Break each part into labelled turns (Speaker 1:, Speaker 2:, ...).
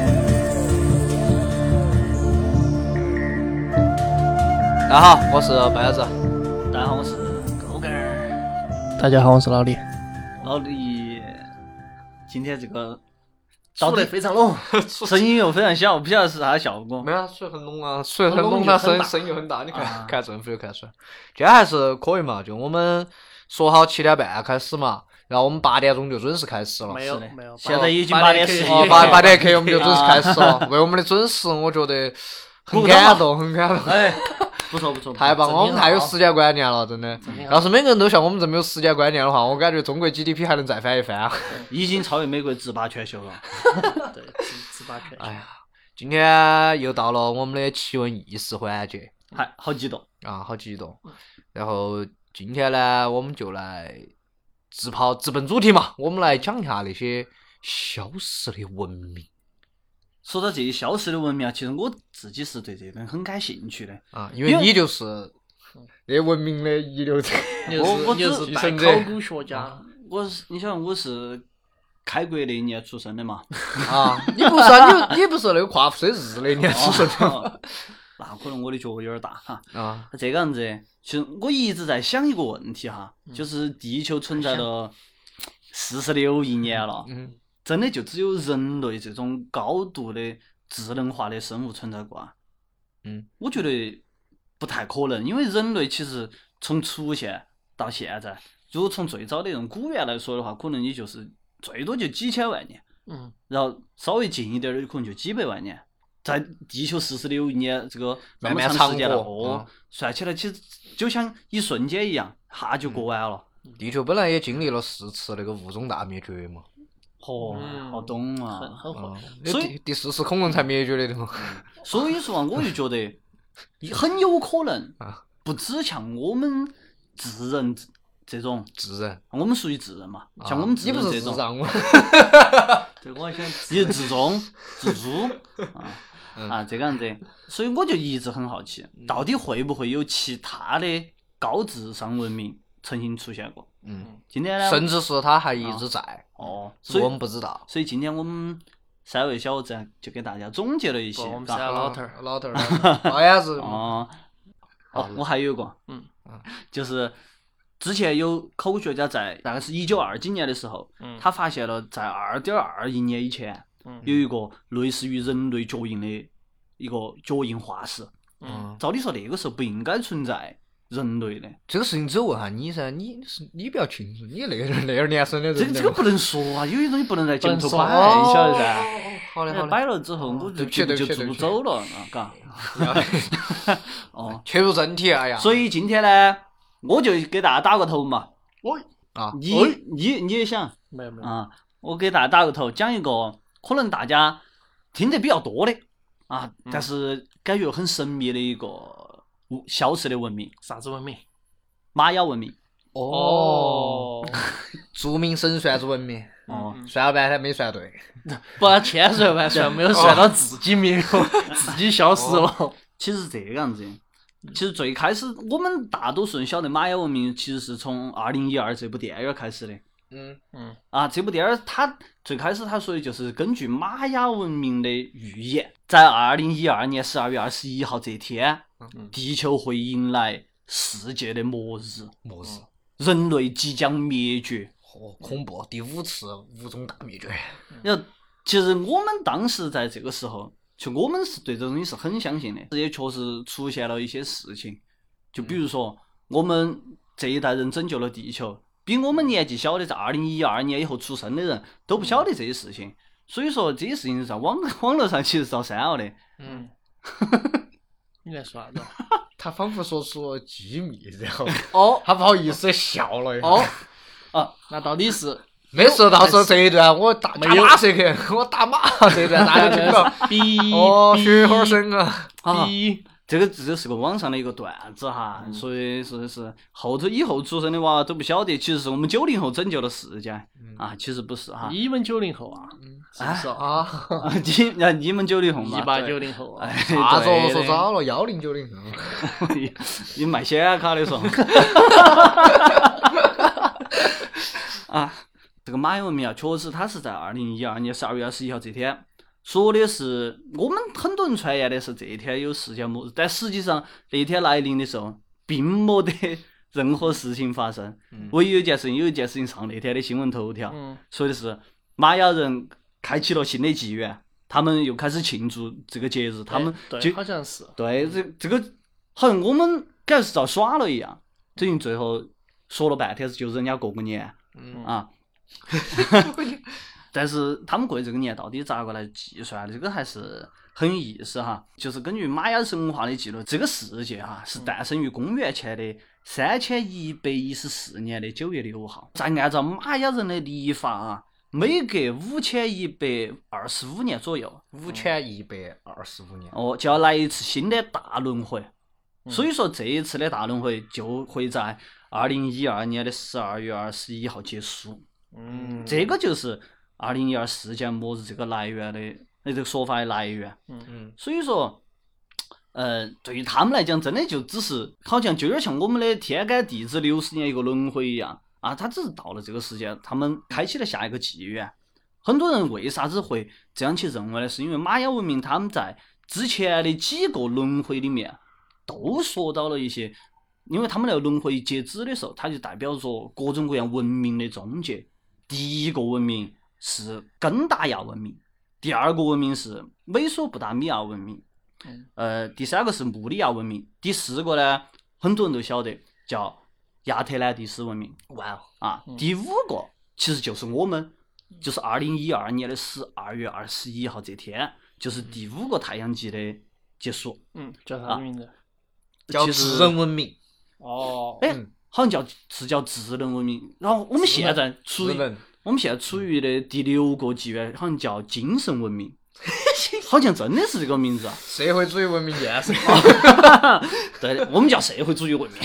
Speaker 1: 啊
Speaker 2: 大家好，我是白子。大家好，我是狗哥儿。
Speaker 3: 大家好，我是老李。
Speaker 2: 老李，今天这个
Speaker 1: 说的非常浓，
Speaker 2: 声音又非常小，我不晓得是啥效果
Speaker 1: 没。啊，水很浓啊，水很
Speaker 2: 浓
Speaker 1: 浓，
Speaker 2: 又
Speaker 1: 它
Speaker 2: 很
Speaker 1: 声
Speaker 2: 大
Speaker 1: 声音又很大，你
Speaker 2: 啊
Speaker 1: 看看政府就看出来，今天还是可以嘛，就我们说好七点半开始嘛，然后我们八点钟就准时开始了。
Speaker 3: 没
Speaker 2: 是
Speaker 3: 有
Speaker 2: 的
Speaker 3: 没有，
Speaker 2: 现在已经
Speaker 1: 八
Speaker 2: 八点
Speaker 1: 可
Speaker 2: 十
Speaker 1: 以
Speaker 2: 一
Speaker 1: 哦
Speaker 2: 了，
Speaker 1: 八八点 K 我们就准时开始 了，为我们的准时，我觉得很感动，很感动。
Speaker 2: 哎，不错不错，不错
Speaker 1: 太棒了，
Speaker 3: 真
Speaker 1: 我
Speaker 3: 的
Speaker 1: 们太有
Speaker 3: 好
Speaker 1: 时间观念了，真的。要是每个人都像我们这么有时间观念的话，我感觉中国 GDP 还能再翻一番啊！
Speaker 2: 已经超越美国自霸全球了。
Speaker 3: 把对自自霸权。
Speaker 1: 哎呀，今天又到了我们的奇闻异事环节，
Speaker 2: 还好激动，
Speaker 1: 啊，好激动。
Speaker 2: 嗯
Speaker 1: 然后今天呢，我们就来直跑直奔主题嘛，我们来讲一下那些消失的文明
Speaker 2: 说到这些消失的文明啊，其实我自己是对这个很感兴趣的。
Speaker 1: 啊，因为你就是
Speaker 2: 嗯
Speaker 1: 那文明的遗留者。
Speaker 3: 你就
Speaker 2: 我
Speaker 3: 是
Speaker 2: 我
Speaker 3: 你
Speaker 2: 只
Speaker 3: 就是
Speaker 1: 继
Speaker 3: 代
Speaker 1: 承者
Speaker 3: 考古学家，
Speaker 2: 我是你想我是开国那一年出生的嘛，
Speaker 1: 啊，你不是啊你你不是那个夸父追日那年 出生的
Speaker 2: 哦那可能我的脚有点大哈。
Speaker 1: 啊？
Speaker 2: 这个样子的，其实我一直在想一个问题哈，就是地球存在了四十六亿年了，
Speaker 1: 嗯，
Speaker 2: 真的就只有人类这种高度的智能化的生物存在过啊？
Speaker 1: 嗯，
Speaker 2: 我觉得不太可能，因为人类其实从出现到现在，如果从最早的那种古猿来说的话，可能也就是最多就几千万年，
Speaker 3: 嗯，
Speaker 2: 然后稍微近一点儿的可能就几百万年，在地球四十六亿年这个那
Speaker 1: 慢
Speaker 2: 么
Speaker 1: 慢
Speaker 2: 长的时间了，
Speaker 1: 长过
Speaker 3: 啊
Speaker 2: 哦，算起来其实就像一瞬间一样，哈就过完了。
Speaker 1: 地球本来也经历了四次那个物种大灭绝嘛，
Speaker 2: 哦
Speaker 3: 嗯，
Speaker 2: 好懂
Speaker 3: 很
Speaker 2: 啊！
Speaker 3: 很火
Speaker 1: 啊，，
Speaker 2: 所以嗯
Speaker 1: 第第四次恐龙才灭绝的嘛。
Speaker 2: 所以说啊，我就觉得很有可能
Speaker 1: 哎啊
Speaker 2: 不止像我们智人这种，
Speaker 1: 智人，
Speaker 2: 我们属于智人嘛，
Speaker 1: 啊
Speaker 2: 像我们智
Speaker 1: 你
Speaker 2: 人
Speaker 1: 不
Speaker 2: 这
Speaker 1: 是智
Speaker 2: 种，
Speaker 1: 障 吗？
Speaker 3: 对我还想
Speaker 2: 也自中、自猪啊
Speaker 1: 嗯
Speaker 2: 啊这个样子，所以我就一直很好奇，到底会不会有其他的高智商文明曾经出现过？
Speaker 1: 嗯，
Speaker 2: 今天呢，
Speaker 1: 甚至是他还一直在，
Speaker 2: 哦，所
Speaker 1: 是我们
Speaker 2: 以
Speaker 1: 不知道。
Speaker 2: 所以今天我们三位小伙子啊就给大家总结了一些，
Speaker 3: 不我们
Speaker 2: 嘎
Speaker 3: 三啊老头儿
Speaker 1: 老头儿，老爷子，
Speaker 2: 哦，哦
Speaker 1: 好，
Speaker 2: 我还有一个，
Speaker 3: 嗯
Speaker 1: 嗯
Speaker 2: 就是之前有考古学家在大概是一九二几年的时候，
Speaker 3: 嗯
Speaker 2: 他发现了在二点二亿年以前
Speaker 3: 嗯
Speaker 2: 有一个类似于人类脚印的一个脚印化石。
Speaker 3: 嗯，
Speaker 1: 嗯，
Speaker 2: 照理说那个时候不应该存在人类的，
Speaker 1: 这个事情只有问下你噻，你是你比较清楚，你那个人那二年生的人，
Speaker 2: 这个这个不能说啊，有些东西不能哦在节目头
Speaker 3: 不
Speaker 2: 摆，
Speaker 3: 能说
Speaker 2: 你晓得噻。
Speaker 1: 噻？好嘞
Speaker 2: 那
Speaker 1: 好嘞，
Speaker 2: 摆了之后，我就
Speaker 1: 对不起
Speaker 2: 就
Speaker 1: 对不
Speaker 2: 就
Speaker 1: 起
Speaker 2: 做
Speaker 1: 对
Speaker 2: 不
Speaker 1: 不起
Speaker 2: 走了，啊，嘎。 哦，
Speaker 1: 切入正题，哎呀，
Speaker 2: 所以今天呢，我就给大家打个头嘛。
Speaker 3: 我
Speaker 1: 啊，
Speaker 2: 你你你也想
Speaker 3: 没有没有，
Speaker 2: 啊，我给大家打个头，讲一个可能大家听得比较多的啊，但是感觉很神秘的一个物消失的文明
Speaker 3: 啥子文明？
Speaker 2: ——玛雅文明。
Speaker 1: 哦，，著名神算子文明，
Speaker 2: 哦，
Speaker 1: 算了半天没算对，
Speaker 3: 不，千算万算没有算到自己灭了，自己消失了。
Speaker 2: 其实是这个样子的。其实最开始，我们大多数人晓得玛雅文明其实是从《二零一二》这部电影开始的
Speaker 1: 嗯
Speaker 3: 嗯
Speaker 2: 啊。这部电影它最开始它说的就是根据玛雅文明的预言，在二零一二年十二月二十一号这天，
Speaker 3: 嗯
Speaker 2: 地球会迎来世界的末日。
Speaker 1: 末日，
Speaker 2: 人类即将灭绝。
Speaker 1: 哦，恐怖，第五次物种大灭绝，
Speaker 2: 然后，其实我们当时在这个时候，就我们是对这东西是很相信的，也确实出现了一些事情，就比
Speaker 3: 嗯
Speaker 2: 如说我们这一代人拯救了地球，比我们年纪小的在二零一二年以后出生的人都不晓得这些事情，所以说这些事情是在网 网络上其实是遭删了的。
Speaker 3: 嗯， 你在说啥啊子？
Speaker 1: 他仿佛说出了机密，然后
Speaker 3: 哦
Speaker 1: 他不好意思笑了一下。
Speaker 3: 哦
Speaker 2: 啊，
Speaker 3: 那到底是
Speaker 1: 没事，到时候这一段我打
Speaker 3: 没
Speaker 1: 打
Speaker 3: 有
Speaker 1: 马赛克，我打马这 一段大家听到。
Speaker 3: 逼
Speaker 1: 哦，血花生啊！
Speaker 2: 啊
Speaker 3: 逼
Speaker 2: 这个这是个网上的一个段子哈，
Speaker 3: 嗯
Speaker 2: 所以说是后头以后出生的娃娃都不晓得，其实是我们九零后拯救了世界
Speaker 3: 嗯
Speaker 2: 啊，其实不是哈。
Speaker 3: 你们九零后啊，是不是？
Speaker 1: 啊，
Speaker 2: 啊， 你那你们九零后嘛，
Speaker 3: 一八九零后啊，
Speaker 1: 啥
Speaker 2: 啥
Speaker 1: 子？我说早了，幺零九零。
Speaker 2: 你卖显卡的说。啊，这个马云文明啊，确实它是在二零一二年十二月二十一号这天说的是我们很多人传言的是这一天有世界末日，但实际上那天来临的时候，并没得任何事情发生。
Speaker 1: 嗯
Speaker 2: 唯一有一件事情，有一件事情上那天的新闻头条，
Speaker 3: 嗯，
Speaker 2: 说的是玛雅人开启了新的纪元，他们又开始庆祝这个节日，他们
Speaker 3: 哎对
Speaker 2: 就
Speaker 3: 对好像是
Speaker 2: 对，这这个好像我们感觉是遭耍了一样，等于最后说了半天是就人家过个年
Speaker 1: 嗯
Speaker 2: 啊。 但是他们过的这个年到底咋个来计算的，这个还是很有意思哈。就是根据玛雅神文化的记录，这个世界哈是诞生于公元前的三千一百一十四年的九月六号。再按照玛雅人的历法啊，每隔五千一百二十五年左右，
Speaker 1: 五千一百二十五年，
Speaker 2: 哦，就要来一次新的大轮回。
Speaker 3: 嗯
Speaker 2: 所以说这一次的大轮回就会在二零一二年的十二月二十一号结束。
Speaker 3: 嗯，
Speaker 2: 这个就是二零一二世界末日这个来源的，呃，这个说法的来源。
Speaker 1: 嗯，
Speaker 2: 所以说，呃，对于他们来讲，真的就只是好像就有点像我们的天干地支六十年一个轮回一样啊，他只是到了这个时间，他们开启了下一个纪元。很多人为啥子会这样去认为呢？是因为玛雅文明他们在之前的几个轮回里面都说到了一些，因为他们那个轮回截止的时候，它就代表着各种各样文明的终结。第一个文明是根达亚文明，第二个文明是美索不达米亚文明，
Speaker 3: 嗯
Speaker 2: 呃，第三个是穆里亚文明，第四个呢，很多人都晓得叫亚特兰蒂斯文明。
Speaker 1: 哇哦，嗯
Speaker 2: 啊，
Speaker 3: 嗯
Speaker 2: 第五个其实就是我们，就是二零一二年的十二月二十一号这天，就是
Speaker 1: 嗯
Speaker 2: 第五个太阳纪的结束。
Speaker 3: 嗯叫啥
Speaker 2: 啊
Speaker 3: 名字？
Speaker 1: 叫
Speaker 2: 其实
Speaker 1: 智人文明，
Speaker 3: 哦，
Speaker 2: 哎
Speaker 1: 嗯，
Speaker 2: 好像叫是叫智能文明。然后我们现在处
Speaker 1: 智
Speaker 2: 于
Speaker 1: 能，
Speaker 2: 我们现在处于的第六个纪元，好像叫精神 文明，好像真的是这个名字啊。
Speaker 1: 社会主义文明建 设，
Speaker 2: 对的，我们叫社会主义文明。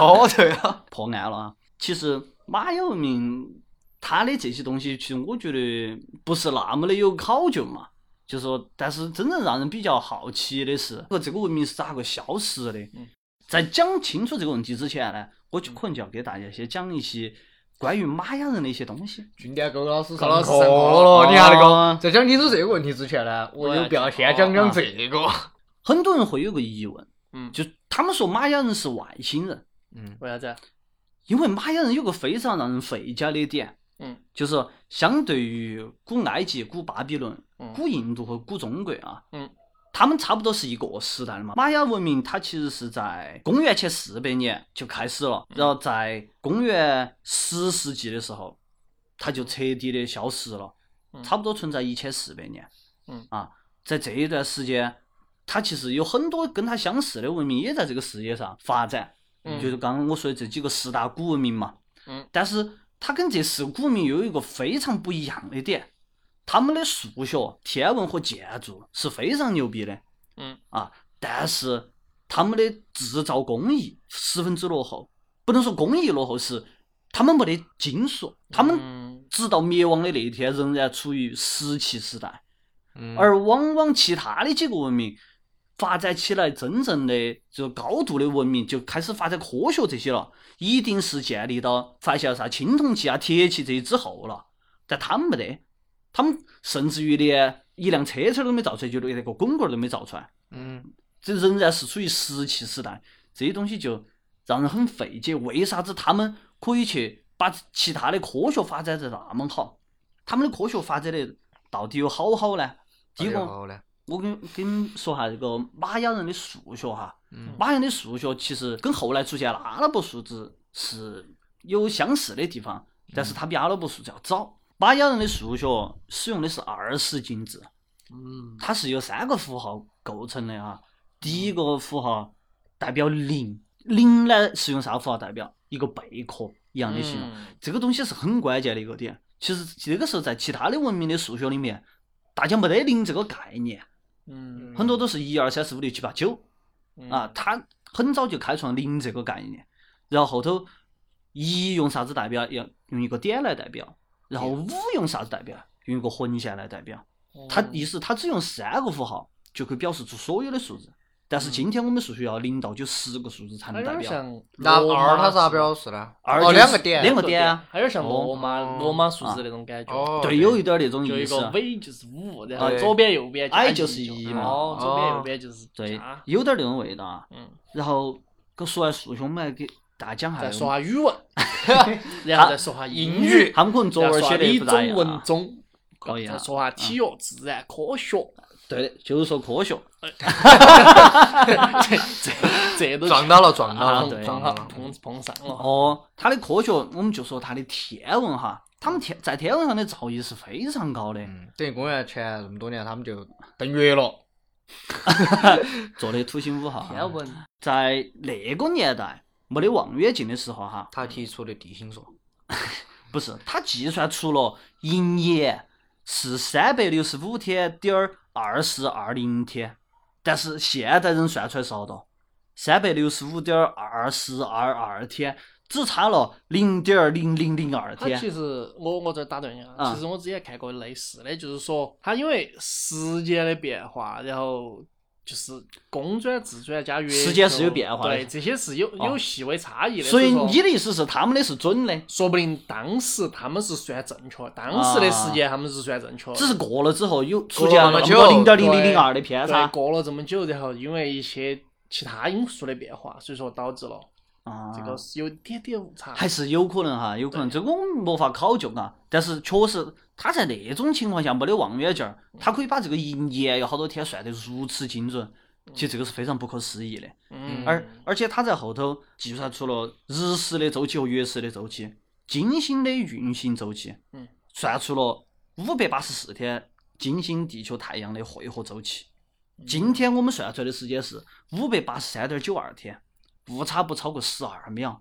Speaker 1: 哦对了，
Speaker 2: 破案了啊！其实玛雅文明它的这些东西，其实我觉得不是那么的有考究嘛。就说，但是真正让人比较好奇的是，这个这个文明是咋个消失的
Speaker 3: 嗯？
Speaker 2: 在讲清楚这个问题之前呢，我
Speaker 1: 嗯
Speaker 2: 就可能就要给大家先讲一些关于玛雅人的一些东西。
Speaker 1: 今天高老师
Speaker 3: 高老师上
Speaker 1: 课
Speaker 3: 课
Speaker 1: 了，
Speaker 2: 了
Speaker 1: 你看那
Speaker 2: 哦
Speaker 1: 个，在讲清楚这个问题之前呢，我
Speaker 3: 我
Speaker 1: 有
Speaker 3: 要
Speaker 1: 必要
Speaker 3: 讲
Speaker 1: 先讲讲
Speaker 2: 哦
Speaker 1: 这个，
Speaker 2: 很多人会有个疑问，
Speaker 3: 嗯，
Speaker 2: 就他们说玛雅人是外星人，
Speaker 1: 嗯
Speaker 3: 为啥子？啊
Speaker 2: 因为玛雅人有个非常让人费解的点，
Speaker 3: 嗯，
Speaker 2: 就是相对于古埃及、古巴比伦、
Speaker 3: 嗯
Speaker 2: 古印度和古中国啊，
Speaker 3: 嗯，
Speaker 2: 他们差不多是一个时代的嘛。玛雅文明它其实是在公元前四百年就开始了，
Speaker 3: 嗯
Speaker 2: 然后在公元十世纪的时候，它就彻底的消失了，
Speaker 3: 嗯
Speaker 2: 差不多存在一千四百年。
Speaker 3: 嗯
Speaker 2: 啊，在这一段时间，它其实有很多跟它相似的文明也在这个世界上发展。
Speaker 3: 嗯
Speaker 2: 就是刚刚我说的这几个十大古文明嘛。
Speaker 3: 嗯。
Speaker 2: 但是它跟这四个古文明又有一个非常不一样的点，他们的数学、天文和建筑是非常牛逼的。
Speaker 3: 嗯。
Speaker 2: 啊，但是他们的制造工艺十分之落后，不能说工艺落后，是他们没得金属，他们
Speaker 3: 嗯
Speaker 2: 直到灭亡的那一天仍然处于石器时代。
Speaker 1: 嗯
Speaker 2: 而往往其他的几个文明发展起来，真正的就高度的文明就开始发展科学这些了，一定是建立到发现了啥青铜器啊、铁器这些之后了。但他们没得，他们甚至于连一辆车车都没造出来，就连那个滚棍儿都没造出来，
Speaker 1: 嗯
Speaker 2: 这仍然是处于石器时代。这些东西就让人很费解，为啥子他们可以去把其他的科学发展得那么好？他们的科学发展的到底有好好呢？第一个，
Speaker 1: 好呢，
Speaker 2: 我跟跟你说下这个玛雅人的数学哈，
Speaker 1: 嗯
Speaker 2: 玛雅人的数学其实跟后来出现的阿拉伯数字是有相似的地方，但是它比阿拉伯数字要早。玛雅人的数学使用的是二十进制，
Speaker 1: 嗯
Speaker 2: 它是由三个符号构成的哈。第一个符号代表零，零呢是用啥符号代表？一个贝壳一样的形状。
Speaker 3: 嗯
Speaker 2: 这个东西是很关键的一个点。其实这个时候在其他的文明的数学里面，大家没得零这个概念。
Speaker 3: 嗯
Speaker 2: 很多都是一二三四五六七八九啊，，他很早就开创零这个概念，然后后头一用啥子代表，要用一个点来代表，然后五用啥子代表，用一个横线来代表。
Speaker 3: 嗯
Speaker 2: 它意思它只用三个符号就可以表示出所有的数字，但
Speaker 3: 嗯
Speaker 2: 是今天我们数学要零到就十个数字才
Speaker 3: 它
Speaker 2: 能
Speaker 3: 有
Speaker 2: 代表。
Speaker 3: 点像
Speaker 1: 那二它
Speaker 3: 它
Speaker 1: 咋？表示呢？
Speaker 2: 二
Speaker 1: 哦，
Speaker 2: 就是
Speaker 1: 两个点，
Speaker 2: 两个
Speaker 3: 对
Speaker 2: 点啊
Speaker 3: 它有点像罗马
Speaker 1: 哦
Speaker 3: 罗马数字那种感觉，
Speaker 1: 哦，
Speaker 2: 对，有一点那种
Speaker 3: 就
Speaker 2: 意
Speaker 3: 一
Speaker 2: 思
Speaker 3: 个
Speaker 2: 啊，
Speaker 3: V 就是五，然后
Speaker 1: 对
Speaker 3: 左边右边加
Speaker 2: I 就是一
Speaker 3: 一
Speaker 2: 嘛
Speaker 3: 哦，左边
Speaker 1: 哦
Speaker 3: 右边就是
Speaker 2: 对
Speaker 3: 加，
Speaker 2: 有点那种味道啊。
Speaker 3: 嗯，
Speaker 2: 然后，跟说完数学，我们来给大家讲下
Speaker 3: 再
Speaker 2: 我
Speaker 3: 说
Speaker 2: 们
Speaker 3: 下语文，然后再说下英语，
Speaker 2: 他们可能作文写
Speaker 3: 的
Speaker 2: 的
Speaker 3: 一
Speaker 2: 不咋
Speaker 3: 种
Speaker 2: 样
Speaker 3: 文
Speaker 2: 啊。
Speaker 3: 综，
Speaker 2: 可以啊
Speaker 3: 再说下体育、自然啊科学，
Speaker 2: 对的，就是说科学。
Speaker 3: 这这这都
Speaker 1: 撞到了，撞到
Speaker 2: 啊
Speaker 1: 了，
Speaker 2: 对
Speaker 1: 撞
Speaker 3: 碰
Speaker 1: 到
Speaker 3: 好
Speaker 1: 了。
Speaker 3: 碰碰上了。
Speaker 2: 哦，它的科学，我们就说它的天文哈，他们天在天文上的造诣是非常高的，
Speaker 1: 嗯，等于公元前这么多年，他们就登月了。
Speaker 2: 做的土星五号啊。
Speaker 3: 天文
Speaker 2: 在那个年代没得望远镜的时候哈，
Speaker 1: 他提出的地心说，
Speaker 2: 不是，它计算出了一年是三百六十五天点儿二四二零天，但是现代人算出来是好多？三百六十五点二四二二天，只差了零点零零零二
Speaker 3: 它其
Speaker 2: 天。啊
Speaker 3: 实我我这儿打断一下，啊
Speaker 2: 嗯
Speaker 3: 其实我之前看过类似的，就是说它因为时间的变化，然后就是公转、自转加月球，
Speaker 2: 时间是有变化的哦
Speaker 3: 对，这些是有有细微差异的。
Speaker 2: 所以
Speaker 3: 说
Speaker 2: 你的意思是他们的是准的，
Speaker 3: 说不定当时他们是算正确，当时的
Speaker 2: 啊
Speaker 3: 时间他们是算正确的，
Speaker 2: 只是过了之后有出
Speaker 1: 过
Speaker 2: 现
Speaker 1: 了那
Speaker 2: 了
Speaker 1: 么久
Speaker 2: 零点零零零二的偏
Speaker 3: 对
Speaker 2: 差。
Speaker 3: 过了这么久，然后因为一些其他因素的变化，所以说导致了
Speaker 2: 啊
Speaker 3: 这个是有点点误差。
Speaker 2: 还是有可能哈，有可能这个我们没法考究啊。但是确实，他在那种情况下没得望远镜儿，他可以把这个一年有好多天算得如此精准，其实这个是非常不可思议的。
Speaker 3: 嗯，
Speaker 2: 而而且他在后头计算出了日食的周期和月食的周期，金星的运行周期，
Speaker 3: 嗯，
Speaker 2: 算出了五百八十四天金星、地球、太阳的汇合周期。
Speaker 3: 嗯
Speaker 2: 今天我们算出来的时间是五百八十三点九二天，误差不超过十二秒。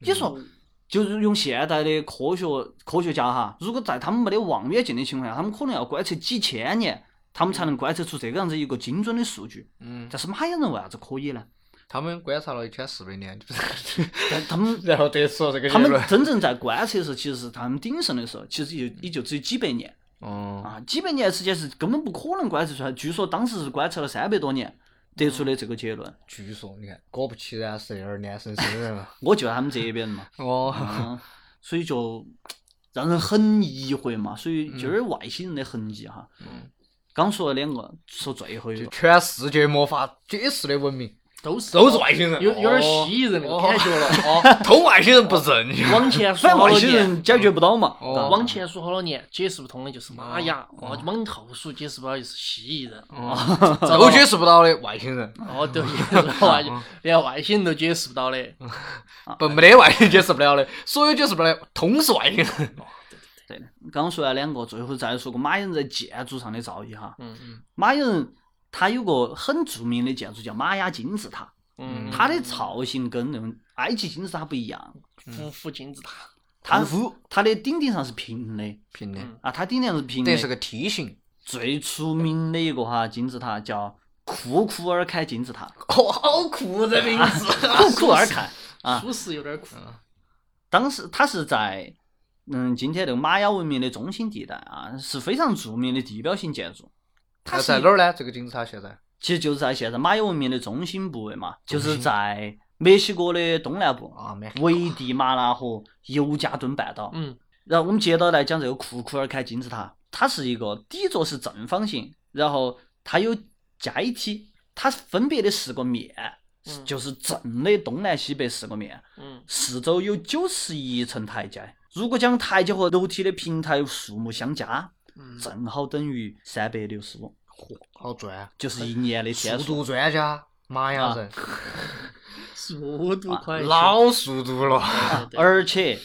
Speaker 2: 你说，
Speaker 3: 嗯
Speaker 2: 就是用现代的科学科学家哈，如果在他们没得望远镜的情况下，他们可能要观测几千年，他们才
Speaker 3: 嗯
Speaker 2: 能观测出这个样子一个精准的数据。
Speaker 1: 嗯，
Speaker 2: 但是玛雅人为啥子可以呢？
Speaker 1: 他们观察了一千四百年，就是
Speaker 2: 但他们
Speaker 1: 然后得出了这个
Speaker 2: 他
Speaker 1: 结
Speaker 2: 们
Speaker 1: 论。
Speaker 2: 真正在观测的时候，其实是他们鼎盛的时候，其实也
Speaker 1: 嗯
Speaker 2: 就也就只有几百年
Speaker 3: 嗯
Speaker 1: 哦，
Speaker 2: 啊，几百年时间是根本不可能观测出来。据说当时是观测了三百多年，得出的这个结论。
Speaker 1: 据说你看，果不其然是二年生生 人了。
Speaker 2: 我就在他们这 边嘛，
Speaker 1: 哦，
Speaker 2: 嗯，所以就让人很疑惑嘛。所以就是外星人的痕迹哈。
Speaker 1: 嗯
Speaker 2: 刚说了两个，说最后一
Speaker 1: 就
Speaker 2: 个，
Speaker 1: 全世界没法解释的文明，
Speaker 3: 都是
Speaker 1: 都是外星人，哦
Speaker 3: 有有点蜥蜴人那个感觉了。 哦，
Speaker 1: 偷外星人不认。
Speaker 3: 往前数
Speaker 2: 反正
Speaker 3: 好
Speaker 2: 外
Speaker 3: 多
Speaker 2: 星
Speaker 3: 年，
Speaker 2: 人解决不到嘛。
Speaker 1: 哦
Speaker 3: 往前数好多年，解释不通的就是玛雅，往往后数解释不了就是蜥蜴人。
Speaker 1: 哦，都解释不到的外星人，
Speaker 3: 哦，对， 外连外星人都解释不到的。
Speaker 1: 不没得外星人解释不了的，所有解释不了的，通是外星人。
Speaker 2: 对的，刚说完两个，最后再说个马雅人在建筑上的造诣哈。
Speaker 3: 嗯嗯
Speaker 2: 马雅人他有个很著名的建筑叫玛雅金字塔。
Speaker 3: 嗯，
Speaker 2: 它的造型跟那种埃及金字塔不一样，
Speaker 3: 夫妇金字塔，
Speaker 2: 它它的顶顶上是平的
Speaker 1: 平的，
Speaker 3: 嗯
Speaker 2: 啊，它顶顶上是平
Speaker 1: 等
Speaker 2: 的
Speaker 1: 于。是个梯形。
Speaker 2: 最出名的一个哈金字塔叫库库尔凯金字塔，
Speaker 1: 哦，好酷这名字！
Speaker 2: 库库尔凯啊，
Speaker 3: 属实有点酷。
Speaker 2: 当时它是在嗯今天这个玛雅文明的中心地带啊，是非常著名的地标性建筑。它
Speaker 1: 它
Speaker 2: 是
Speaker 1: 在哪儿呢？这个金字塔现在？
Speaker 2: 其实就是在现在玛雅文明的中心部位嘛，就是在墨西哥的东南部
Speaker 1: 啊没
Speaker 2: 危地马拉和尤加敦半岛。
Speaker 3: 嗯
Speaker 2: 然后我们接着来讲这个库库尔凯金字塔，它是一个底座是正方形，然后它有阶梯，它分别的四个面，
Speaker 3: 嗯
Speaker 2: 就是正的东南西北四个面，
Speaker 3: 嗯
Speaker 2: 四周有九十一层台阶。如果将台阶和楼梯的平台数目相加，
Speaker 3: 嗯，
Speaker 2: 正好等于三百六十五，
Speaker 1: 嚯，好赚！
Speaker 2: 就是一年的天
Speaker 1: 速
Speaker 2: 数。
Speaker 1: 度专家，玛雅人，
Speaker 3: 速度快哎些，
Speaker 1: 老速度了。
Speaker 3: 对对
Speaker 2: 而且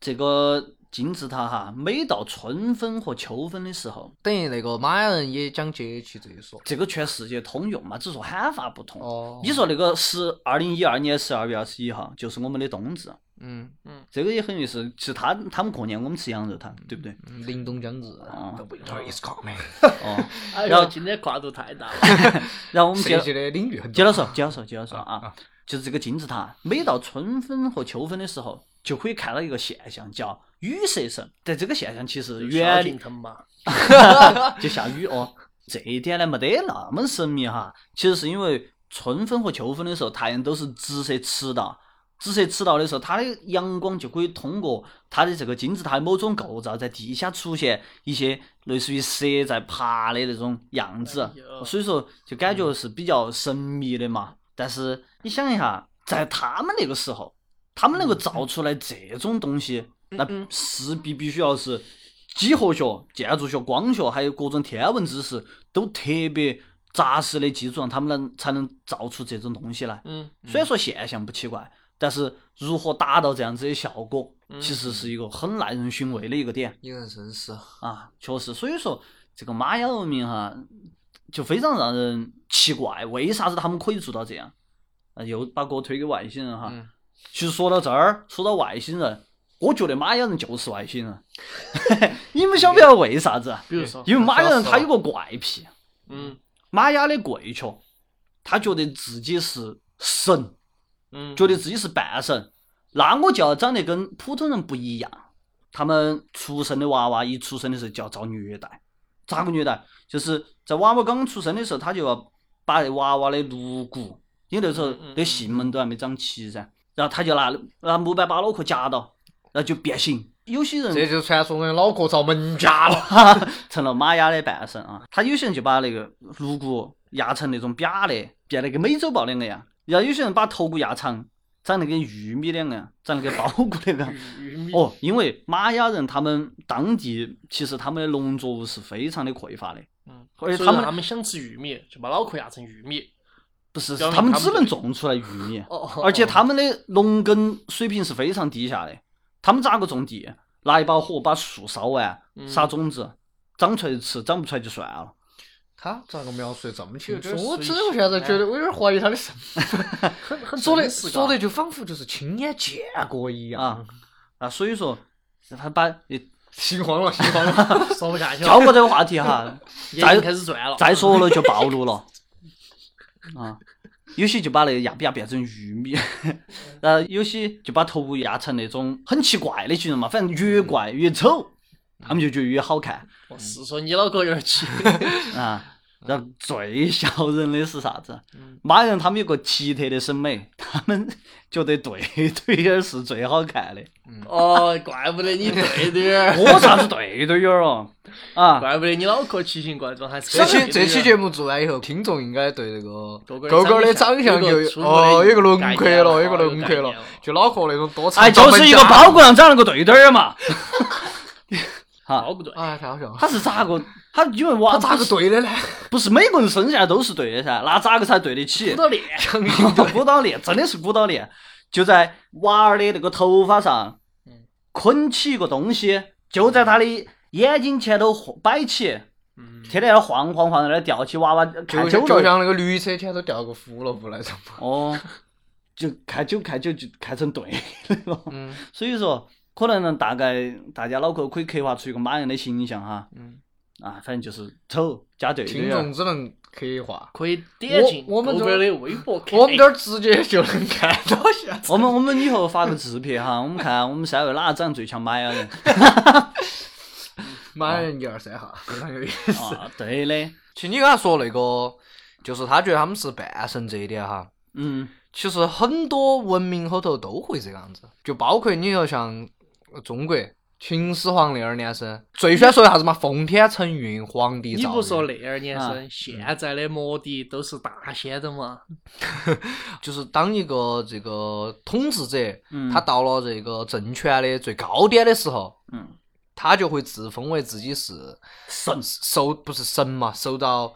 Speaker 2: 这个金字塔哈，每到春分和秋分的时候，
Speaker 1: 等于那个玛雅人也讲节气这一说。
Speaker 2: 这个全世界通用嘛，只是说喊法不同。
Speaker 1: 哦，
Speaker 2: 你说那个是二零一二年十二月二十一号，就是我们的冬至，
Speaker 1: 嗯，
Speaker 2: 这个也很有意思。其实他他们过年我们吃羊肉汤，对不对？
Speaker 1: 嗯凛冬将至
Speaker 2: 哦
Speaker 1: ，The winter is coming。
Speaker 2: 哦，
Speaker 3: 哎
Speaker 2: 然
Speaker 3: 呦，
Speaker 2: 后
Speaker 3: 今天跨度太大了。
Speaker 2: 然后我们接
Speaker 1: 设计的领域很
Speaker 2: 接
Speaker 1: 多。
Speaker 2: 着说，接着说，接着说啊， 就是这个金字塔，每到春分和秋分的时候，就可以看到一个现象叫雨蛇神。在这个现象其实
Speaker 3: 萧
Speaker 2: 原理
Speaker 3: 敬腾嘛，
Speaker 2: 就下雨哦。这一点呢没得那么神秘哈，其实是因为春分和秋分的时候，太阳都是直射赤道。直射赤道的时候，它的阳光就可以通过它的这个金字塔的某种构造，在地下出现一些类似于蛇在爬的那种样子
Speaker 3: 哎，呦
Speaker 2: 所以说就感觉是比较神秘的嘛。但是你想一下，在他们那个时候，他们能够造出来这种东西，那
Speaker 3: 嗯
Speaker 2: 势必必须要是几何学、建筑学、光学，还有各种天文知识都特别扎实的基础上，他们能才能造出这种东西来。
Speaker 3: 嗯，
Speaker 2: 虽然说现象不奇怪，但是如何达到这样子的效果，
Speaker 3: 嗯
Speaker 2: 其实是一个很耐人寻味的一个点
Speaker 1: 引人深思。
Speaker 2: 啊，确实。所以说，这个玛雅文明哈，就非常让人奇怪，为啥子他们可以做到这样？啊，又把锅推给外星人哈。
Speaker 1: 嗯
Speaker 2: 其实说到这儿，说到外星人，我觉得玛雅人就是外星人。你们晓不晓得为啥子啊？
Speaker 3: 比如说，
Speaker 2: 因为玛雅人
Speaker 1: 说
Speaker 2: 他有个怪癖，
Speaker 3: 嗯
Speaker 2: 玛雅的跪求，他觉得自己是神，
Speaker 3: 嗯，
Speaker 2: 觉得自己是半神，那我就要长得跟普通人不一样。他们出生的娃娃一出生的时候就要遭虐待，咋个虐待？就是在娃娃刚出生的时候，他就要把那娃娃的颅骨，因为那时候
Speaker 3: 嗯嗯嗯
Speaker 2: 那囟门都还没长齐噻，然后他就拿拿木板把脑壳夹到，然后就变形。有些人
Speaker 1: 这就是传说中的脑壳遭门夹了。
Speaker 2: 成了玛雅的半神啊。他有些人就把那个颅骨压成那种瘪的，变得跟美洲豹两个样；然后有些人把头骨压长，长得跟玉米两个样，长得跟苞谷两个样。
Speaker 3: 玉玉米，
Speaker 2: 哦，因为玛雅人他们当地其实他们的农作物是非常的匮乏的，
Speaker 3: 嗯，
Speaker 2: 而且
Speaker 3: 所以
Speaker 2: 他
Speaker 3: 他
Speaker 2: 们
Speaker 3: 们想吃玉米，就把脑壳压成玉 米。
Speaker 2: 不是
Speaker 3: 表明
Speaker 2: 他们
Speaker 3: 他们
Speaker 2: 只
Speaker 3: 对
Speaker 2: 能种出来玉米，
Speaker 1: 哦
Speaker 2: 而且他们的农耕水平是非常低下的。他们咋个种地？拿一把火把树烧完，撒种子，长出来就吃，长不出来就算了。
Speaker 1: 他咋个描述的这么清楚
Speaker 3: 有？点
Speaker 1: 我
Speaker 3: 随
Speaker 1: 只
Speaker 3: 性
Speaker 1: 我现在觉得我有点怀疑他的 身份，
Speaker 3: 很很
Speaker 1: 说的
Speaker 3: 真实
Speaker 1: 说
Speaker 3: 嘎
Speaker 1: 的就仿佛就是亲眼见过一样
Speaker 2: 啊。啊，所以说他把
Speaker 1: 心慌了，心慌了。
Speaker 3: 说不下去
Speaker 2: 跳
Speaker 3: 了，
Speaker 2: 过这个话题哈，
Speaker 3: 眼睛
Speaker 2: 再
Speaker 3: 开始转了。
Speaker 2: 再说了就暴露了。啊，有些就把那个压比亚变成玉米， 然后有些就把头骨压成那种很奇怪的形状嘛，反正越怪越丑，他们就觉得越好看
Speaker 3: 我是说你脑壳有点奇，
Speaker 2: 啊。然后最吓人的是啥子
Speaker 3: 嗯？
Speaker 2: 马人他们有个奇特的审美，他们觉得对对眼儿是最好看的。
Speaker 3: 哦，怪不得你对的儿，
Speaker 2: 我啥子对对眼儿哦？啊，
Speaker 3: 怪不得你脑壳奇形怪状，还是
Speaker 1: 这
Speaker 3: 对
Speaker 1: 期
Speaker 3: 的
Speaker 1: 这期
Speaker 3: 儿
Speaker 1: 节目做完以后，听众应该对这个狗
Speaker 3: 狗狗
Speaker 1: 狗
Speaker 3: 的
Speaker 1: 的
Speaker 3: 长
Speaker 1: 长
Speaker 3: 相
Speaker 1: 相
Speaker 3: 有
Speaker 1: 有
Speaker 3: 一个初步的
Speaker 1: 哦，有个轮
Speaker 3: 概
Speaker 1: 廓
Speaker 3: 念了
Speaker 1: 了，有个
Speaker 3: 有
Speaker 1: 轮
Speaker 3: 概
Speaker 1: 廓
Speaker 3: 念
Speaker 1: 了
Speaker 3: 了，
Speaker 1: 就脑壳那种多长。
Speaker 2: 哎，就是一个包
Speaker 1: 谷。
Speaker 2: 谷上长了个对对儿嘛。哈，
Speaker 3: 脑不对，
Speaker 1: 哎， 太好 笑了。
Speaker 2: 他是咋个？他因为
Speaker 1: 他
Speaker 2: 娃
Speaker 1: 咋个对 的呢？
Speaker 2: 不是每个人生下来都是对的噻，那咋个才对得起
Speaker 3: 不？到脸，
Speaker 1: 哎
Speaker 2: 鼓捣脸真的是鼓捣脸，就在娃儿的那个头发上
Speaker 3: 嗯
Speaker 2: 捆起一个东西，就在他的眼睛前头摆起，
Speaker 3: 嗯，
Speaker 2: 天天晃晃晃在那儿吊起娃娃看
Speaker 1: 就像
Speaker 2: 酒
Speaker 1: 就
Speaker 2: 了。
Speaker 1: 像那个驴车前头掉个胡萝卜那种。
Speaker 2: 哦，就看酒看酒就看成对的了。
Speaker 1: 嗯
Speaker 2: 所以说，可能呢，大概大家脑壳可以刻画出一个马人的形象哈。
Speaker 1: 嗯，
Speaker 2: 啊，反正就是丑加对
Speaker 1: 听
Speaker 2: 对啊
Speaker 1: 众只能刻画。
Speaker 3: 可以点进
Speaker 1: 我我们
Speaker 3: 狗
Speaker 1: 这
Speaker 3: 狗的微博看，
Speaker 1: 我们这儿直接就能看到现在。
Speaker 2: 我们我们以后发个自拍哈，我们看我们三位哪个长得最像玛雅 人
Speaker 1: 马人一二三哈，非常有意思。
Speaker 2: 啊？对的，
Speaker 1: 其实你刚才说那个，就是他觉得他们是半神这一点哈，
Speaker 2: 嗯，
Speaker 1: 其实很多文明后头都会这个样子，就包括你说像中国秦始皇那二年生，最喜欢说啥子嘛？奉天承运，皇帝
Speaker 3: 你
Speaker 1: 诏
Speaker 3: 不说
Speaker 1: 曰，
Speaker 3: 那二年生，现在的摩的都是大仙人嘛？
Speaker 1: 就是当一个这个统治者，
Speaker 2: 嗯
Speaker 1: 他到了这个政权的最高点的时候，
Speaker 2: 嗯，
Speaker 1: 他就会自封为自己是
Speaker 2: 神
Speaker 1: 受不是神嘛，受到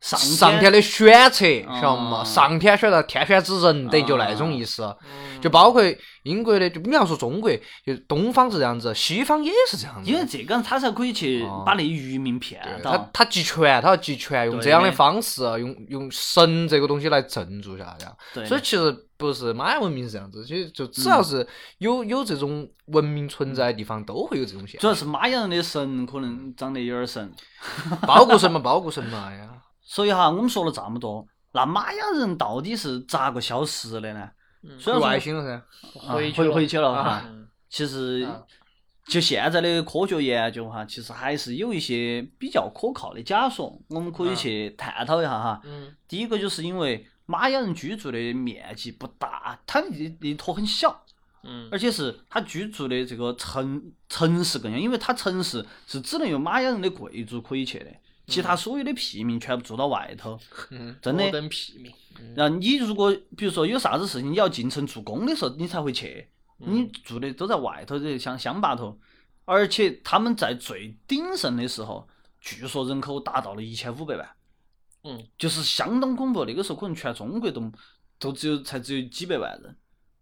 Speaker 2: 上
Speaker 1: 上
Speaker 2: 天
Speaker 1: 天的选择，晓得
Speaker 2: 啊
Speaker 1: 嘛？上天选择天选之人，等于就那种意思。就包括英国的，就你要说中国，就东方是这样子，西方也是这样子。
Speaker 2: 因为这个他才可以去
Speaker 1: 哦
Speaker 2: 把那渔民骗
Speaker 1: 对他
Speaker 2: 到。
Speaker 1: 他集权，他要集权，用
Speaker 2: 对
Speaker 1: 这样的方式，啊用用神这个东西来镇住下来。
Speaker 2: 对，嗯
Speaker 1: 所以其实不是玛雅文明是这样子，其实就只要是有、有这种文明存在的地方，都会有这种现
Speaker 2: 主
Speaker 1: 象，
Speaker 2: 要是玛雅人的神可能长得有点神，
Speaker 1: 包谷神嘛，包谷神嘛哎呀。
Speaker 2: 所以哈，我们说了这么多，那玛雅人到底是咋个消失的呢？
Speaker 3: 嗯
Speaker 2: 虽
Speaker 1: 去
Speaker 2: 然说
Speaker 1: 外星了啊噻，
Speaker 2: 啊
Speaker 3: 回去
Speaker 2: 回
Speaker 3: 了
Speaker 2: 回去了哈。
Speaker 3: 嗯
Speaker 2: 其实
Speaker 3: 啊，
Speaker 2: 就现在的科学研究哈，其实还是有一些比较可靠的假说，我们可以去探讨一下哈。
Speaker 3: 嗯
Speaker 2: 第一个就是因为玛雅人居住的面积不大，它一一坨很小，
Speaker 3: 嗯
Speaker 2: 而且是他居住的这个城城市更像，因为他城市是只能有玛雅人的贵族可以去的，其他所有的平民全部住到外头。
Speaker 3: 嗯，
Speaker 2: 真的
Speaker 3: 我等屁民，
Speaker 2: 然后你如果比如说有啥子事情你要进城做工的时候，你才会去，
Speaker 3: 嗯
Speaker 2: 你住的都在外头的乡乡坝头，而且他们在最鼎盛的时候，据说人口达到了一千五百万，
Speaker 3: 嗯，
Speaker 2: 就是相当恐怖。那个时候可能全中国都都只有才只有几百万人，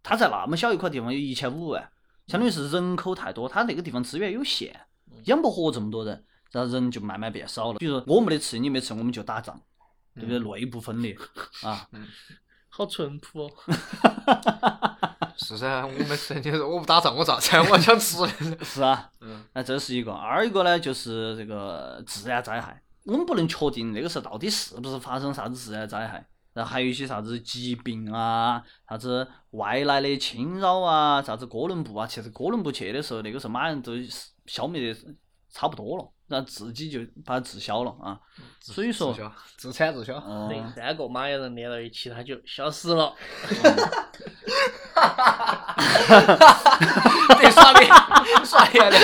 Speaker 2: 他在那么小一块地方有一千五万，相当于是人口太多，他那个地方资源有限，养不活这么多人，然后人就慢慢变少了。比如说我没得吃，你没吃，我们就打仗，对不对？内部分裂啊。
Speaker 3: 好淳朴哦。
Speaker 1: 是噻，我们是就是我不打仗，我咋子啊？我想 吃。
Speaker 2: 是啊，
Speaker 1: 嗯，
Speaker 2: 那这是一个。二一个呢，就是这个自然灾害，我们不能确定那个时候到底是不是发生啥子自然灾害，然后还有一些啥子疾病啊，啥子外来的侵扰啊，啥子哥伦布啊，其实哥伦布去的时候，那个时候马上都消灭的差不多了，然后自己就把它滞销了啊。所以说
Speaker 1: 自，销自 产自销。
Speaker 2: 嗯
Speaker 3: 等三个玛雅人连到一起，他就消失了。
Speaker 1: 对，耍脸，耍脸的，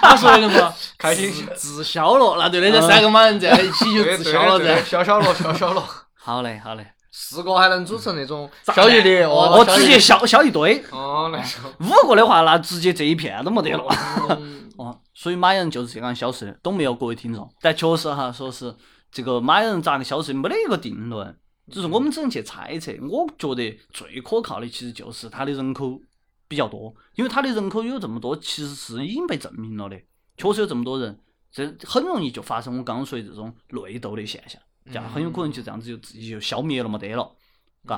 Speaker 3: 他说的嘛，
Speaker 1: 开心
Speaker 3: 自自消了，那对的，这
Speaker 1: 嗯
Speaker 3: 三个马人在一起就
Speaker 1: 对
Speaker 3: 自消了噻。
Speaker 1: 消消了，消消了。
Speaker 2: 好嘞，好嘞，
Speaker 1: 四个还能组成那种
Speaker 3: 炸
Speaker 1: 小一列，
Speaker 3: 弹
Speaker 1: 哦，
Speaker 2: 我
Speaker 3: 小
Speaker 2: 直接消消一堆，
Speaker 1: 哦，那是
Speaker 2: 五个的话，那直接这一片都没得了。
Speaker 3: 嗯
Speaker 2: 哦，所以马人就是这样消失的，懂没有，各位听众？但确实哈，说是这个马人咋个消失，没得一个定论，就是我们只能去猜测。我觉得最可靠的其实就是它的人口比较多，因为它的人口有这么多，其实是已经被证明了的，确实有这么多人，这很容易就发生我刚刚说的这种内斗的现象，这样很有可能就这样子就自己就消灭了没得了。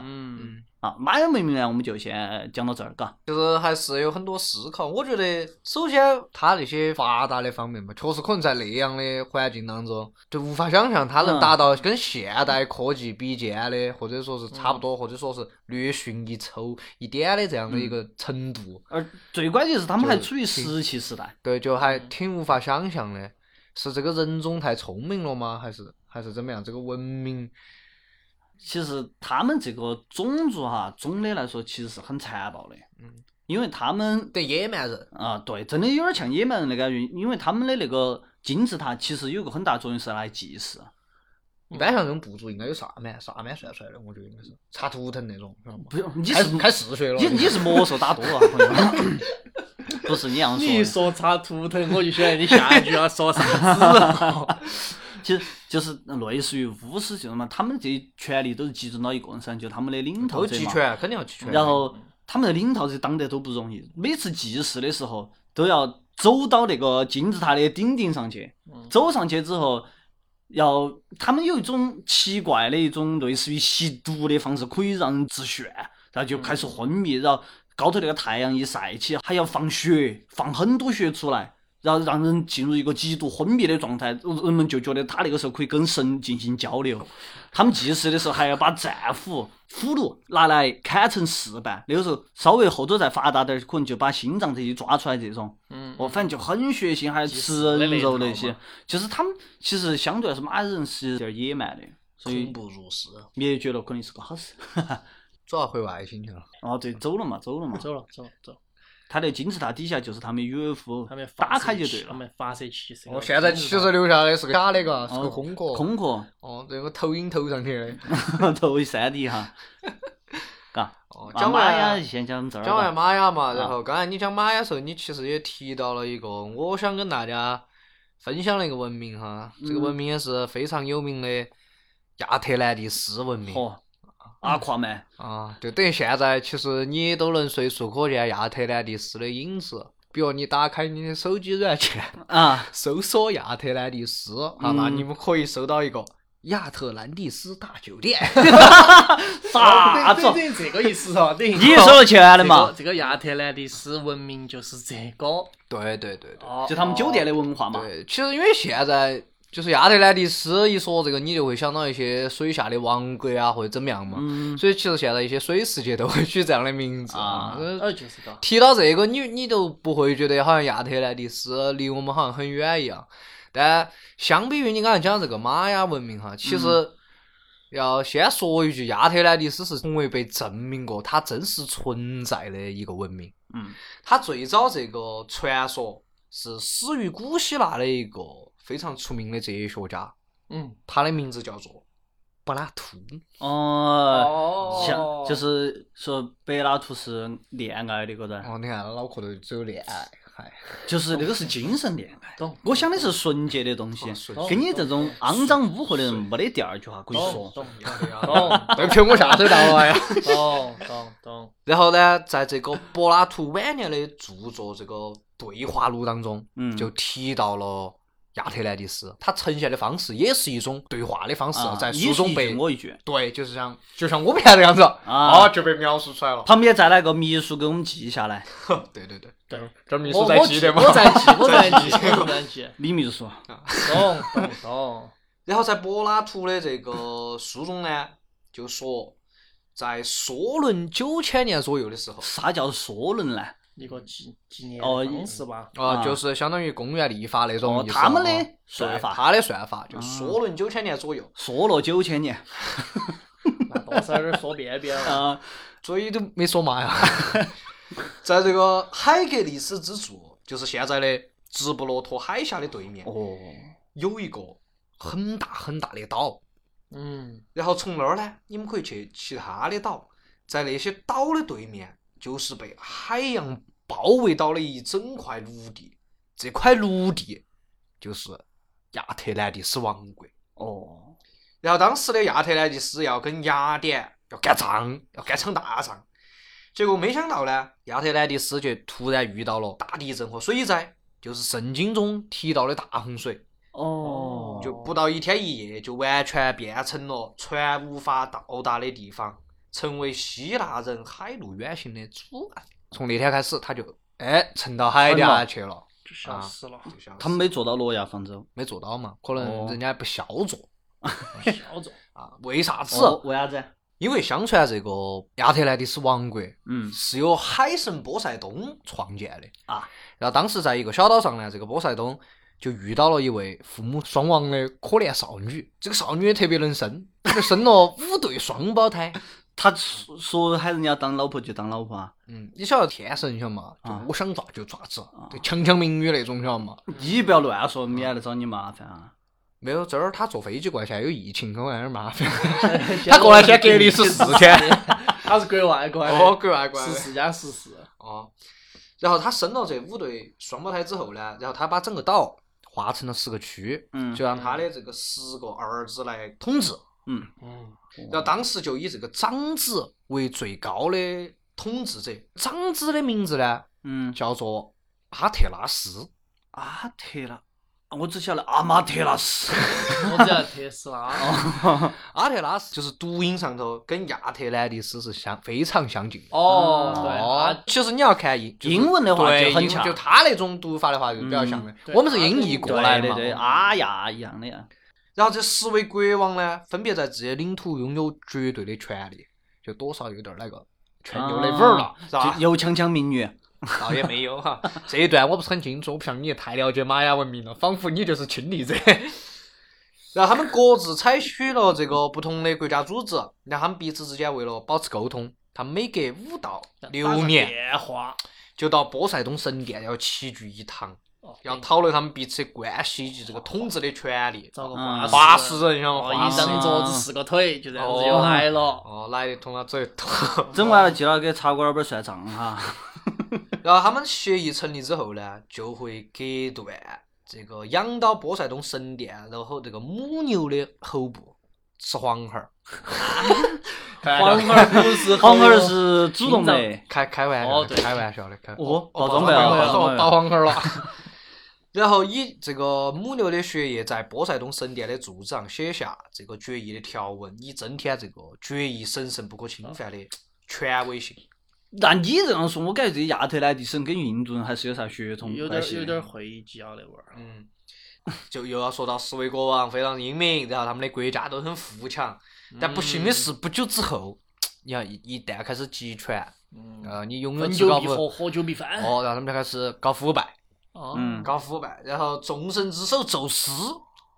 Speaker 3: 嗯，
Speaker 2: 啊，马人文明呢，我们就先讲到这儿，嘎。
Speaker 1: 就是还是有很多思考。我觉得，首先它那些发达的方面嘛，确实可能在那样的环境当中，就无法想象它能
Speaker 2: 嗯
Speaker 1: 达到跟现代科技比肩的，或者说是差不多，或者说是略逊一筹一点的这样的一个程度。
Speaker 2: 而最关键是他们还
Speaker 1: 就是
Speaker 2: 处于石器时代。
Speaker 1: 对，就还
Speaker 2: 嗯
Speaker 1: 挺无法想象的。是这个人种太聪明了吗？还是还是怎么样？这个文明，
Speaker 2: 其实他们这个种族哈，总的来说其实是很残暴的，
Speaker 1: 嗯，
Speaker 2: 因为他们
Speaker 1: 对野蛮人，
Speaker 2: 啊，对，真的有点像野蛮人的感觉，因为他们的那个金字塔其实有个很大作用是拿来祭祀，
Speaker 1: 一般像这种部族应该有萨满，萨满算出来的，我觉得应该是查图腾那种，知道吗？
Speaker 2: 不用你
Speaker 1: 开
Speaker 2: 是
Speaker 1: 开嗜血了，
Speaker 2: 你你是魔兽打多了啊，朋友，不是你这样
Speaker 3: 你一
Speaker 2: 说的，
Speaker 3: 说插图腾，我就晓得你下一句要说啥子了。
Speaker 2: 其实就是类似于巫师这种嘛，他们这些权力都是集中到一个人身上，就他们的领头
Speaker 1: 都
Speaker 2: 者
Speaker 1: 集
Speaker 2: 嘛，
Speaker 1: 权，肯定要集权。
Speaker 2: 然后他们的领导者当得都不容易，每次祭祀的时候都要走到那个金字塔的顶顶上去，走上去之后，要他们有一种奇怪的一种类似于吸毒的方式，可以让人致眩，然后就开始昏迷，然后高头那个太阳一晒起，还要放血，放很多血出来。然后让人进入一个极度昏迷的状态，人们就觉得他那个时候可以跟神进行交流。他们祭祀的时候还要把战斧、俘虏拿来砍成四瓣，那个时候稍微后头再发达点儿，可能就把心脏这些抓出来这种。
Speaker 3: 嗯，
Speaker 2: 哦，反正就很血腥，还吃人肉那些。就是他们其实相对来说，马人是有点野蛮的，所以
Speaker 1: 恐怖如是，
Speaker 2: 灭绝了肯定是个好事。
Speaker 1: 主要回外星去了。
Speaker 2: 哦，对，走了嘛，走了嘛。
Speaker 3: 走了，走了，走了。
Speaker 2: 他那金字塔底下就是他们 UFO，
Speaker 3: 他们发
Speaker 2: 打
Speaker 3: 射
Speaker 2: 开就
Speaker 3: 器
Speaker 2: 对
Speaker 3: 他
Speaker 2: 了。
Speaker 3: 们发射器是个。
Speaker 1: 我哦现在其实留下的是个假的，嘎，是
Speaker 2: 哦
Speaker 1: 个空壳。
Speaker 2: 空壳
Speaker 1: 哦，这个投影投上去 的。
Speaker 2: 投一三 D 哈，嘎。
Speaker 1: 哦，
Speaker 2: 啊
Speaker 1: 讲
Speaker 2: 玛
Speaker 1: 完
Speaker 2: 雅
Speaker 1: 了。
Speaker 2: 先讲这儿吧。
Speaker 1: 讲完玛雅嘛，然后刚才你讲玛雅的时候，你其实也提到了一个，我想跟大家分享的一个文明哈，这个文明也是非常有名的亚特兰蒂斯文明
Speaker 2: 嚯，哦阿夸曼，
Speaker 1: 啊，就等于现在其实你都能随处可见亚特兰蒂斯的影子，比如你打开你的手机软件，
Speaker 2: 啊，
Speaker 1: 搜索亚特兰蒂斯，好吧，
Speaker 2: 嗯
Speaker 1: 你们可以搜到一个亚特兰蒂斯大酒店，
Speaker 3: 啊
Speaker 2: 啥子？
Speaker 3: 等于这个意思哦，等于
Speaker 2: 你也收了钱
Speaker 3: 这
Speaker 2: 了
Speaker 3: 个
Speaker 2: 嘛？
Speaker 3: 这个亚特兰蒂斯文明就是这个
Speaker 1: 对对对对。
Speaker 3: 哦，
Speaker 2: 就他们酒店的文化嘛。
Speaker 1: 哦对，其实因为现在就是亚特兰蒂斯一说这个，你就会想到一些水下的王国啊，或者怎么样嘛。
Speaker 2: 嗯，
Speaker 1: 所以其实现在一些水世界都会取这样的名字
Speaker 2: 啊
Speaker 1: 呃
Speaker 3: 哦，就是个。
Speaker 1: 提到这个，你你都不会觉得好像亚特兰蒂斯离我们好像很
Speaker 2: 嗯
Speaker 1: 远一样。但相比于你刚才讲这个玛雅文明哈，其实要先说一句，亚特兰蒂斯是从未被证明过它真实存在的一个文明。
Speaker 2: 嗯
Speaker 1: 它最早这个传说是始于古希腊的一个非常出名的哲学家，
Speaker 3: 嗯，
Speaker 1: 他的名字叫做柏拉图。
Speaker 2: 哦，
Speaker 3: 哦
Speaker 2: 像就是说柏拉图是恋爱那个人，
Speaker 1: 哦，你看脑壳头只有恋爱，嗨，
Speaker 2: 就是那个是精神恋爱。
Speaker 3: 懂，
Speaker 2: 我想的是纯洁的东西
Speaker 1: 哦纯，
Speaker 2: 跟你这种肮脏污秽的人没得第二句话可以
Speaker 3: 懂
Speaker 2: 说。
Speaker 3: 懂
Speaker 2: 啊
Speaker 3: 懂
Speaker 1: 对不起，我下头到了哎呀。
Speaker 3: 懂懂懂，
Speaker 1: 然后呢，在这个柏拉图晚年的著作《这个对话录》当中，
Speaker 2: 嗯
Speaker 1: 就提到了亚特兰蒂斯，它呈现的方式也是一种对话的方式，
Speaker 2: 啊，
Speaker 1: 在
Speaker 2: 你
Speaker 1: 书
Speaker 2: 是
Speaker 1: 中
Speaker 2: 一
Speaker 1: 被
Speaker 2: 句我一句，
Speaker 1: 对，就是像就像我们现在这样子，
Speaker 2: 啊
Speaker 1: 哦就被描述出来了。
Speaker 2: 旁边再来个秘书给我们记下来。
Speaker 1: 对对对，
Speaker 3: 对，
Speaker 1: 这秘
Speaker 3: 我我记我在记，我在记，我在记，
Speaker 2: 李秘书，
Speaker 1: 哦
Speaker 3: 懂懂懂，
Speaker 1: 然后在柏拉图的这个书中呢，就说在梭伦九千年左右的时候，
Speaker 2: 啥叫梭伦呢？
Speaker 3: 一个纪纪念
Speaker 2: 哦
Speaker 3: 方式吧，
Speaker 1: 啊、
Speaker 2: 啊
Speaker 1: 就是相当于公园立法那种
Speaker 2: 哦
Speaker 1: 意，思
Speaker 2: 他们
Speaker 1: 啊
Speaker 2: 的
Speaker 1: 对
Speaker 2: 算法，啊
Speaker 1: 他的算法就梭伦九千年左右，
Speaker 2: 梭罗九 千年
Speaker 3: 那多少有点说便便了。
Speaker 1: 哦
Speaker 2: 啊，
Speaker 1: 嘴都没说嘛 呀。在这个海格力斯之柱，就是现在的直布罗陀海峡的对面，
Speaker 2: 哦，
Speaker 1: 有一个很大很大的岛，
Speaker 3: 嗯，
Speaker 1: 然后从那儿呢，你们可以去其他的岛，在那些岛的对面，就是被海洋包围到了一整块陆地，这块陆地就是亚特兰蒂斯王国。
Speaker 2: 哦，
Speaker 1: 然后当时的亚特兰蒂斯要跟雅典要干仗，要干场大仗，结果没想到呢，亚特兰蒂斯却突然遇到了大地震和水灾，就是圣经中提到的大洪水。
Speaker 2: 哦，
Speaker 1: 就不到一天一夜就完全变成了船无法到达的地方，成为希腊人海陆远行的阻碍。从那天开始，他就哎沉到海底
Speaker 2: 沉
Speaker 1: 下
Speaker 2: 了
Speaker 1: 去了，
Speaker 3: 就消失了，
Speaker 1: 就像
Speaker 2: 他们没做到诺亚方舟，
Speaker 1: 没做到嘛，可能
Speaker 2: 哦
Speaker 1: 人家不孝做
Speaker 3: 消肿。
Speaker 1: 啊。为啥子？
Speaker 2: 哦为啥子？
Speaker 1: 因为相传这个亚特兰蒂斯王国
Speaker 2: 嗯
Speaker 1: 是由海神波塞冬创建的
Speaker 2: 啊。
Speaker 1: 然后当时在一个小岛上呢，这个波塞冬就遇到了一位父母双亡的可怜少女。这个少女特别能生，就生了五对双胞 胎。
Speaker 2: 他说说喊人家当老婆就当老婆啊，
Speaker 1: 嗯，你晓得天神晓得嘛？就
Speaker 2: 啊
Speaker 1: 我想咋就咋子，对，强强民女那种晓得嘛？
Speaker 2: 你不要乱说，免得找你麻烦啊。
Speaker 1: 没有，这儿他坐飞机过来，现在有疫情，可能有点麻 烦。 他过来先隔离十四天。
Speaker 3: 他是国哦外过来的，
Speaker 1: 乖乖
Speaker 3: 十四加十四，
Speaker 1: 哦，然后他生了这五对双胞胎之后呢，然后他把整个岛划成了十个区，
Speaker 2: 嗯
Speaker 1: 就让他的这个十个儿子来统治。
Speaker 2: 嗯，
Speaker 3: 嗯，
Speaker 1: 然后当时就以这个长子为最高的统治者，长子的名字呢
Speaker 2: 嗯，
Speaker 1: 叫做阿特拉斯。
Speaker 2: 阿特拉，我只晓得阿马特拉斯。
Speaker 3: 我只要特斯拉。
Speaker 1: 阿特拉斯就是读音上头跟亚特兰蒂斯是相非常相近的。
Speaker 3: 哦，对，
Speaker 1: 哦
Speaker 3: 啊，
Speaker 1: 其实你要看英就是
Speaker 2: 英文的话
Speaker 1: 对
Speaker 2: 就很
Speaker 1: 英文
Speaker 2: 像
Speaker 1: 就他那种读法的话就比较像的。
Speaker 3: 对
Speaker 1: 我们是音译过来
Speaker 2: 对
Speaker 1: 的嘛，
Speaker 2: 对对，阿亚一样的呀。
Speaker 1: 然后这十位国王呢，分别在自己的领土拥有绝对的权利，就多少有点儿那个权有那味儿了
Speaker 2: 啊，
Speaker 1: 是吧
Speaker 2: 就？油腔腔民女，
Speaker 1: 倒也没有哈， 这一段我不是很清楚，我不像你太了解玛雅文明了，仿佛你就是亲历者。 然后他们各自采取了这个不同的国家组织，然后他们彼此之间为了保持沟通，他们每隔五到
Speaker 3: 啊打
Speaker 1: 六
Speaker 3: 个
Speaker 1: 年
Speaker 3: 电话，
Speaker 1: 就到波塞冬神殿要齐聚一堂，
Speaker 3: 哦
Speaker 1: 要讨论他们彼此的关系以及这个统治的权利。
Speaker 3: 找个
Speaker 2: 嗯
Speaker 1: 八
Speaker 3: 八
Speaker 1: 十
Speaker 3: 十，
Speaker 1: 人，像
Speaker 3: 哦，
Speaker 1: 八
Speaker 3: 一
Speaker 1: 十人
Speaker 3: 张桌子四个腿，就这样子又来了。
Speaker 1: 哦，来的通了走一 通。
Speaker 2: 整完了记到给茶馆老板算账 哈。
Speaker 1: 然后他们协议成立之后呢，就会隔断这个养到波塞冬神殿，然后这个母牛的喉部吃黄喉儿。
Speaker 3: 黄花儿不 是
Speaker 2: 黄儿是主动的，
Speaker 1: 开开玩笑
Speaker 3: 哦
Speaker 1: 的，
Speaker 3: 对
Speaker 1: 开玩笑的，开
Speaker 2: 哦
Speaker 1: 包
Speaker 2: 包
Speaker 1: 装
Speaker 2: 装杯啊包装杯啊
Speaker 1: 包黄喉儿 了。然后以这个母牛的血液在波塞冬神殿的柱子上写下这个决议的条文，以增添这个决议神圣不可侵犯的权威性。
Speaker 2: 那你这样说，我感觉这亚特兰蒂斯人跟印度人还是有啥血统
Speaker 3: 有
Speaker 2: 关
Speaker 3: 点
Speaker 2: 系的
Speaker 3: 有点会教那味儿。
Speaker 1: 嗯，就又要说到十位国王非常英明，然后他们的国家都很富强，但
Speaker 3: 嗯
Speaker 1: 不幸的是，不久之后，你看一一旦开始集权，
Speaker 3: 嗯，
Speaker 1: 呃，你永远
Speaker 3: 分
Speaker 1: 就
Speaker 3: 久
Speaker 1: 搞
Speaker 3: 必
Speaker 1: 不
Speaker 3: 合，合久必分。
Speaker 1: 哦，然后他们就开始搞腐败，
Speaker 3: 哦
Speaker 2: 嗯
Speaker 1: 搞腐败，然后众神之首宙斯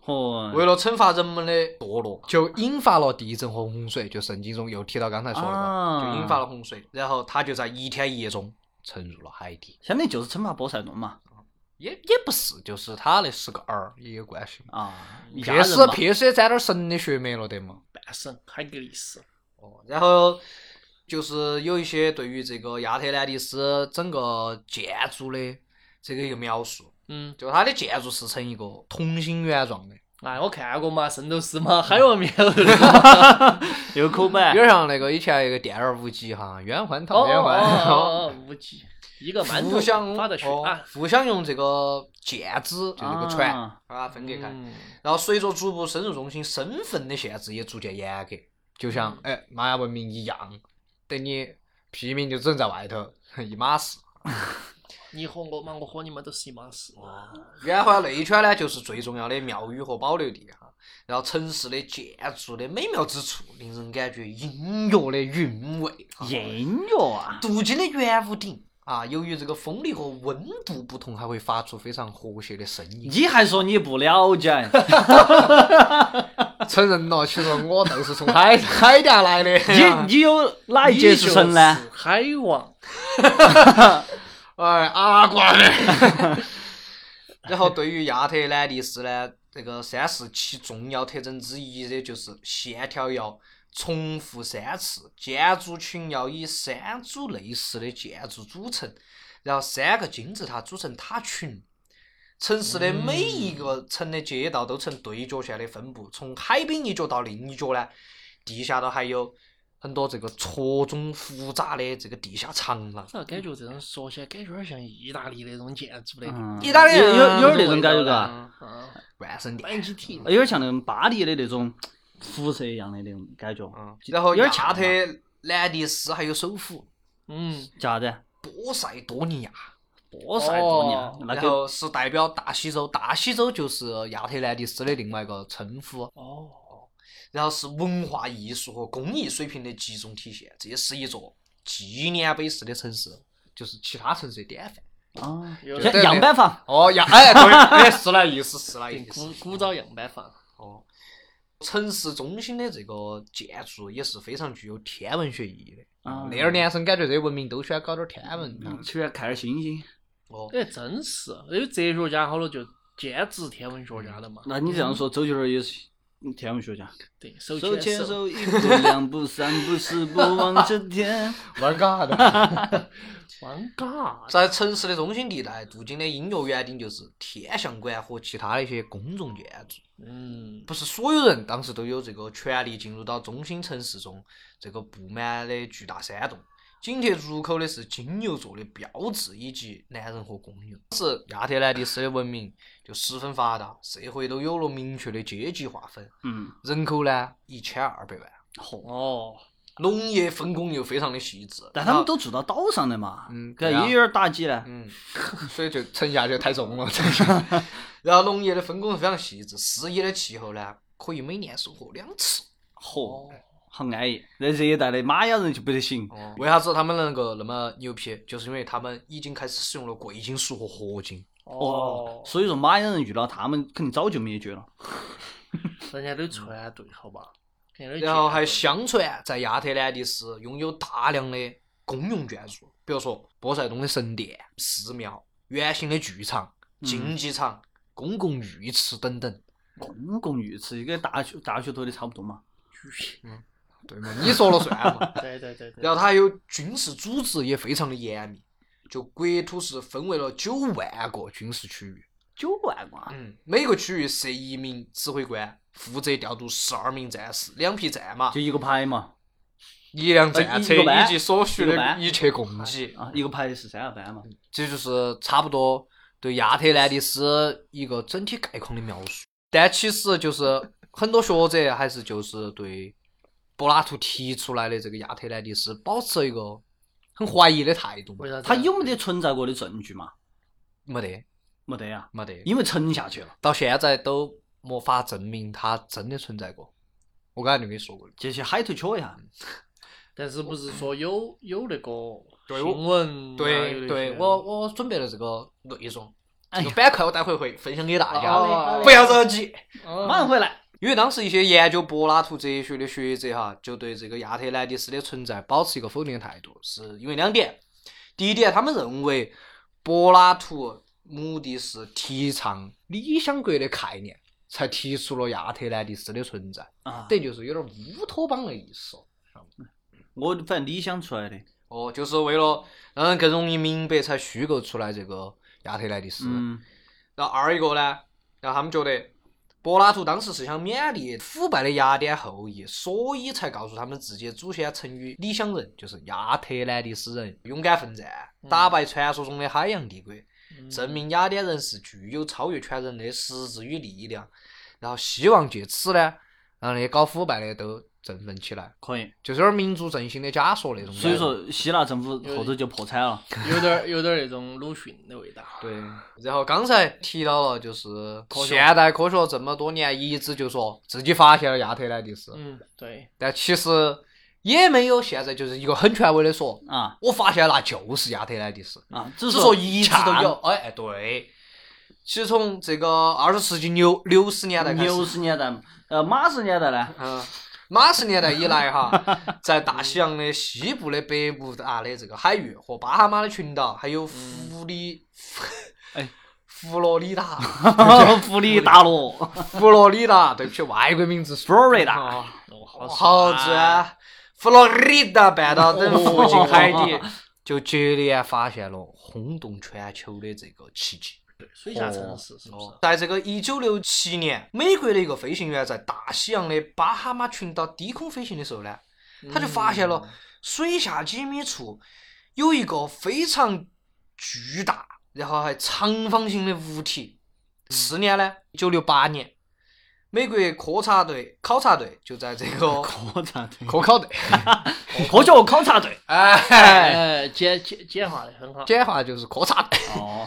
Speaker 2: 嚯，
Speaker 3: 嗯
Speaker 1: 为了惩罚人们的堕落，就引发了地震和洪水，就圣经中又提到刚才说的嘛，
Speaker 2: 啊
Speaker 1: 就引发了洪水，然后他就在一天一夜中沉入了海底。
Speaker 2: 相当于就是惩罚波塞冬嘛，
Speaker 1: 也也不是，就是他那是个儿也有关系嘛。
Speaker 2: 啊，一家
Speaker 1: 撇
Speaker 2: 人
Speaker 1: 屎
Speaker 2: 嘛，
Speaker 1: 撇屎也沾点神的血没了得嘛。
Speaker 3: 半神海格力斯，
Speaker 1: 哦，然后就是有一些对于这个亚特兰蒂斯整个建筑的这个一个描述，
Speaker 3: 嗯，
Speaker 1: 就它的建筑是呈一个同心圆状的，
Speaker 3: 哎，我看过嘛，《圣斗士》嘛，海王面有
Speaker 2: 有口
Speaker 1: 有
Speaker 2: 碑，
Speaker 1: 点像那个以前那个电玩无极哈，圆环
Speaker 3: 哦
Speaker 1: 套圆环，
Speaker 3: 哦哦，无极，一个馒头
Speaker 1: 互相
Speaker 3: 发的血
Speaker 1: 哦
Speaker 3: 啊，
Speaker 1: 互相用这个剑指就这个船
Speaker 2: 啊
Speaker 1: 把它分隔开。
Speaker 3: 嗯
Speaker 1: 然后随着逐步深入中心，身份的限制也逐渐严格，就像哎玛雅文明一样，等你批民就只能在外头一码事。
Speaker 3: 你和我嘛，我和你们都是一码事。
Speaker 1: 圆环内圈呢，就是最重要的庙宇和保留地哈。然后城市的建筑的美妙之处，令人感觉音乐的韵味。哈
Speaker 2: 音乐 啊，
Speaker 1: 镀金的圆屋顶啊，由于这个风力和温度不同，还会发出非常和谐的声音。
Speaker 2: 你还说你不了解，
Speaker 1: 承认了，其实我都是从
Speaker 2: 哎
Speaker 1: 海海淀来的。
Speaker 2: 你你有哪一节是神呢？？
Speaker 3: 海王，
Speaker 1: 哎，阿怪的。然后对于亚特兰蒂斯呢，这个山是其重要特征之一的就是线条要重复三次，建筑群要以三组类似的建筑组成，然后三个金字塔组成塔群。城市的每一个城的街道都呈对角线的分布，从海滨一角到另一角呢，地下头还有很多这个错综复杂的这个地下长廊。
Speaker 3: 咋感觉这种说起来感觉有点像意大利那种建筑的，
Speaker 2: 嗯
Speaker 1: 意大利
Speaker 2: 有
Speaker 1: 人啊
Speaker 2: 有有点那种感觉嘎，
Speaker 3: 啊，嗯
Speaker 1: 万圣
Speaker 3: 半
Speaker 1: 节。
Speaker 3: 机体
Speaker 2: 有点像那种巴黎的那种辐射一样的那种感觉，
Speaker 1: 嗯，然后
Speaker 2: 有点
Speaker 1: 亚
Speaker 2: 强
Speaker 1: 特兰蒂斯还有首府
Speaker 3: 嗯，
Speaker 2: 叫啥子？
Speaker 1: 波塞多尼亚，
Speaker 2: 波塞冬呀
Speaker 3: 哦，
Speaker 2: 那
Speaker 1: 然
Speaker 2: 个
Speaker 1: 后是代表大西洲，大西洲就是亚特兰蒂斯的另外一个称呼。
Speaker 3: 哦，
Speaker 1: 然后是文化艺术和工艺水平的集中体现，这也是一座纪念碑式的城市，就是其他城市的典范。
Speaker 2: 啊，
Speaker 3: 有
Speaker 2: 像
Speaker 1: 对
Speaker 2: 样板房，
Speaker 1: 哦，亚哎对，哎是那意思，是那
Speaker 3: 点
Speaker 1: 意思
Speaker 3: 古。古早样板房，
Speaker 1: 哦，城市中心的这个建筑也是非常具有天文学意义的。
Speaker 2: 啊
Speaker 1: 那儿男生感觉这些文明都喜欢搞点儿天文。啊
Speaker 2: 嗯喜欢看点星星。
Speaker 1: 哦，
Speaker 3: 哎，真是有哲学家好多就兼职天文学家的嘛，
Speaker 2: 嗯
Speaker 3: 嗯
Speaker 2: 那你这样说，周杰伦也是天文学家。
Speaker 3: 对，手
Speaker 2: 手
Speaker 3: 牵
Speaker 2: 牵，手，一步两步三步四步望着天。
Speaker 1: 玩嘎的。
Speaker 3: 王嘎，
Speaker 1: 在城市的中心地带，镀金的音乐园顶就是天象馆和其他的一些公众建筑。
Speaker 3: 嗯，
Speaker 1: 不是所有人当时都有这个权利进入到中心城市中这个布满的巨大山洞。紧贴入口的是金牛座的标志以及男人和公牛。是亚特兰蒂斯的文明就十分发达，社会都有了明确的阶级划分，
Speaker 2: 嗯，
Speaker 1: 人口呢一千二百万，
Speaker 2: 嚯！
Speaker 3: 哦，
Speaker 1: 农业分工又非常的细致。
Speaker 2: 但他
Speaker 1: 然后
Speaker 2: 们都住到岛上的嘛，
Speaker 1: 嗯
Speaker 2: 搿
Speaker 1: 对啊
Speaker 2: 也有点打击呢。
Speaker 1: 嗯，所以就沉下去太重了。沉下然后农业的分工是非常细致，适宜的气候呢，可以每年收获两次。
Speaker 2: 嚯，好安逸。那热带的玛雅人就不得行。
Speaker 1: 哦，为啥子他们能够那么牛批？就是因为他们已经开始使用了贵金属和合金。
Speaker 2: 哦
Speaker 3: 哦，，
Speaker 2: 所以说玛雅人遇到他们肯定早就灭绝了。
Speaker 3: 人家都船队，好吧，人家都
Speaker 1: 然后还
Speaker 3: 舰队
Speaker 1: 相传在亚特兰蒂斯拥有大量的公用建筑，比如说波塞冬的神殿、寺庙、圆形的剧场、竞技场、公共浴池等等。
Speaker 2: 公共浴池跟大学大学头的差不多嘛。
Speaker 1: 对嘛，你说了算嘛。
Speaker 3: 对对对对，
Speaker 1: 然后它有军事组织也非常的严密，就国土是分为了九万个军事区域，
Speaker 2: 九万嘛，
Speaker 1: 嗯，每个区域设一名指挥官，负责调度十二名战士、两匹战马
Speaker 2: 就、一个排嘛，
Speaker 1: 一辆战车
Speaker 2: 呃一一个班
Speaker 1: 以及所需
Speaker 2: 一个
Speaker 1: 的
Speaker 2: 班
Speaker 1: 一切供给。
Speaker 2: 啊，一个排是三个班嘛。
Speaker 1: 这就是差不多对亚特兰蒂斯一个整体概况的描述。但其实就是很多学者还是就是对柏拉图提出来的这个亚特兰蒂斯保持了一个很怀疑的态度，
Speaker 3: 为啥子
Speaker 2: 他有没得存在过的证据嘛？
Speaker 1: 没得
Speaker 2: 没得呀，
Speaker 1: 没得。
Speaker 2: 因为沉下去了。
Speaker 1: 到现在都没法证明它真的存在过。我刚才就跟你说过的，
Speaker 2: 就去海头瞧一下，
Speaker 3: 但是不是说有有那个
Speaker 1: 对
Speaker 3: 新闻啊？
Speaker 1: 对
Speaker 3: 有那
Speaker 1: 对，
Speaker 3: 些啊
Speaker 1: 我我准备了这个内容，
Speaker 2: 哎
Speaker 1: 这个板块我待会会分享给大家，
Speaker 3: 哦
Speaker 1: 不要着急。
Speaker 2: 马上回来。
Speaker 1: 因为当时一些研究柏拉图哲学的学者哈，就对这个亚特兰蒂斯的存在保持一个否定的态度，是因为两点。第一点，他们认为柏拉图目的是提倡理想国的概念，才提出了亚特兰蒂斯的存在，
Speaker 2: 啊，
Speaker 1: 这就是有点乌托邦的意思。
Speaker 2: 我反正理想出来的，
Speaker 1: 哦，就是为了让人更容易明白，才虚构出来这个亚特兰蒂斯。
Speaker 2: 嗯，
Speaker 1: 然后二一个呢，然后他们觉得柏拉图当时是想勉励腐败的雅典后裔，所以才告诉他们自己的祖先成语“理想人”，就是亚特兰蒂斯人，勇敢奋战，打败传说中的海洋帝国，
Speaker 3: 嗯
Speaker 1: 证明雅典人是具有超越全人的实质与力量。然后希望借此呢，让那些搞腐败的都振奋起来，
Speaker 2: 可以。
Speaker 1: 就是有点民族振兴的假说那种感觉。
Speaker 2: 所以说，希腊政府后头就破产了。
Speaker 3: 有点儿有点儿那种鲁迅的味道。
Speaker 1: 对，然后刚才提到了，就是
Speaker 3: 科学
Speaker 1: 现代科学这么多年一直就说自己发现了亚特兰蒂斯，
Speaker 3: 嗯，对，
Speaker 1: 但其实也没有现在就是一个很权威的说，
Speaker 2: 啊
Speaker 1: 我发现了那就是亚特兰蒂斯，
Speaker 2: 啊，只
Speaker 1: 只
Speaker 2: 是
Speaker 1: 是说一直都有。。哎哎，对，其实从这个二十世纪六六十年代开始，
Speaker 2: 六十年代嘛，呃，马十年代 呢？
Speaker 1: 嗯，马氏年代以来哈， 在大西洋的西部的北部啊的这个海域和巴哈马的群岛，还
Speaker 3: 嗯
Speaker 1: 有佛里，
Speaker 2: 哎，
Speaker 1: 佛罗里达。
Speaker 2: 弗里达罗，
Speaker 1: 佛罗里达，对不起，外国名字是
Speaker 2: Florida
Speaker 1: 哦
Speaker 3: 哦，好
Speaker 1: 好子啊，佛罗里达半 岛等
Speaker 3: 哦
Speaker 1: 附近海底就接连发现了轰动全球的这个奇迹。
Speaker 3: 对，水下城市是不是
Speaker 1: 哦？在这个一九六七年，美国的一个飞行员在大西洋的巴哈马群岛低空飞行的时候呢，他就发现
Speaker 3: 嗯
Speaker 1: 了水下几米处有一个非常巨大，然后还长方形的物体。次年呢，一九六八年，美国科察队考察队就在这个
Speaker 2: 科察队，
Speaker 1: 科考队，
Speaker 2: 科学考察队。
Speaker 1: 哎，
Speaker 3: 哎，简简简化的很好。
Speaker 1: 简化就是科察队，
Speaker 2: 哦，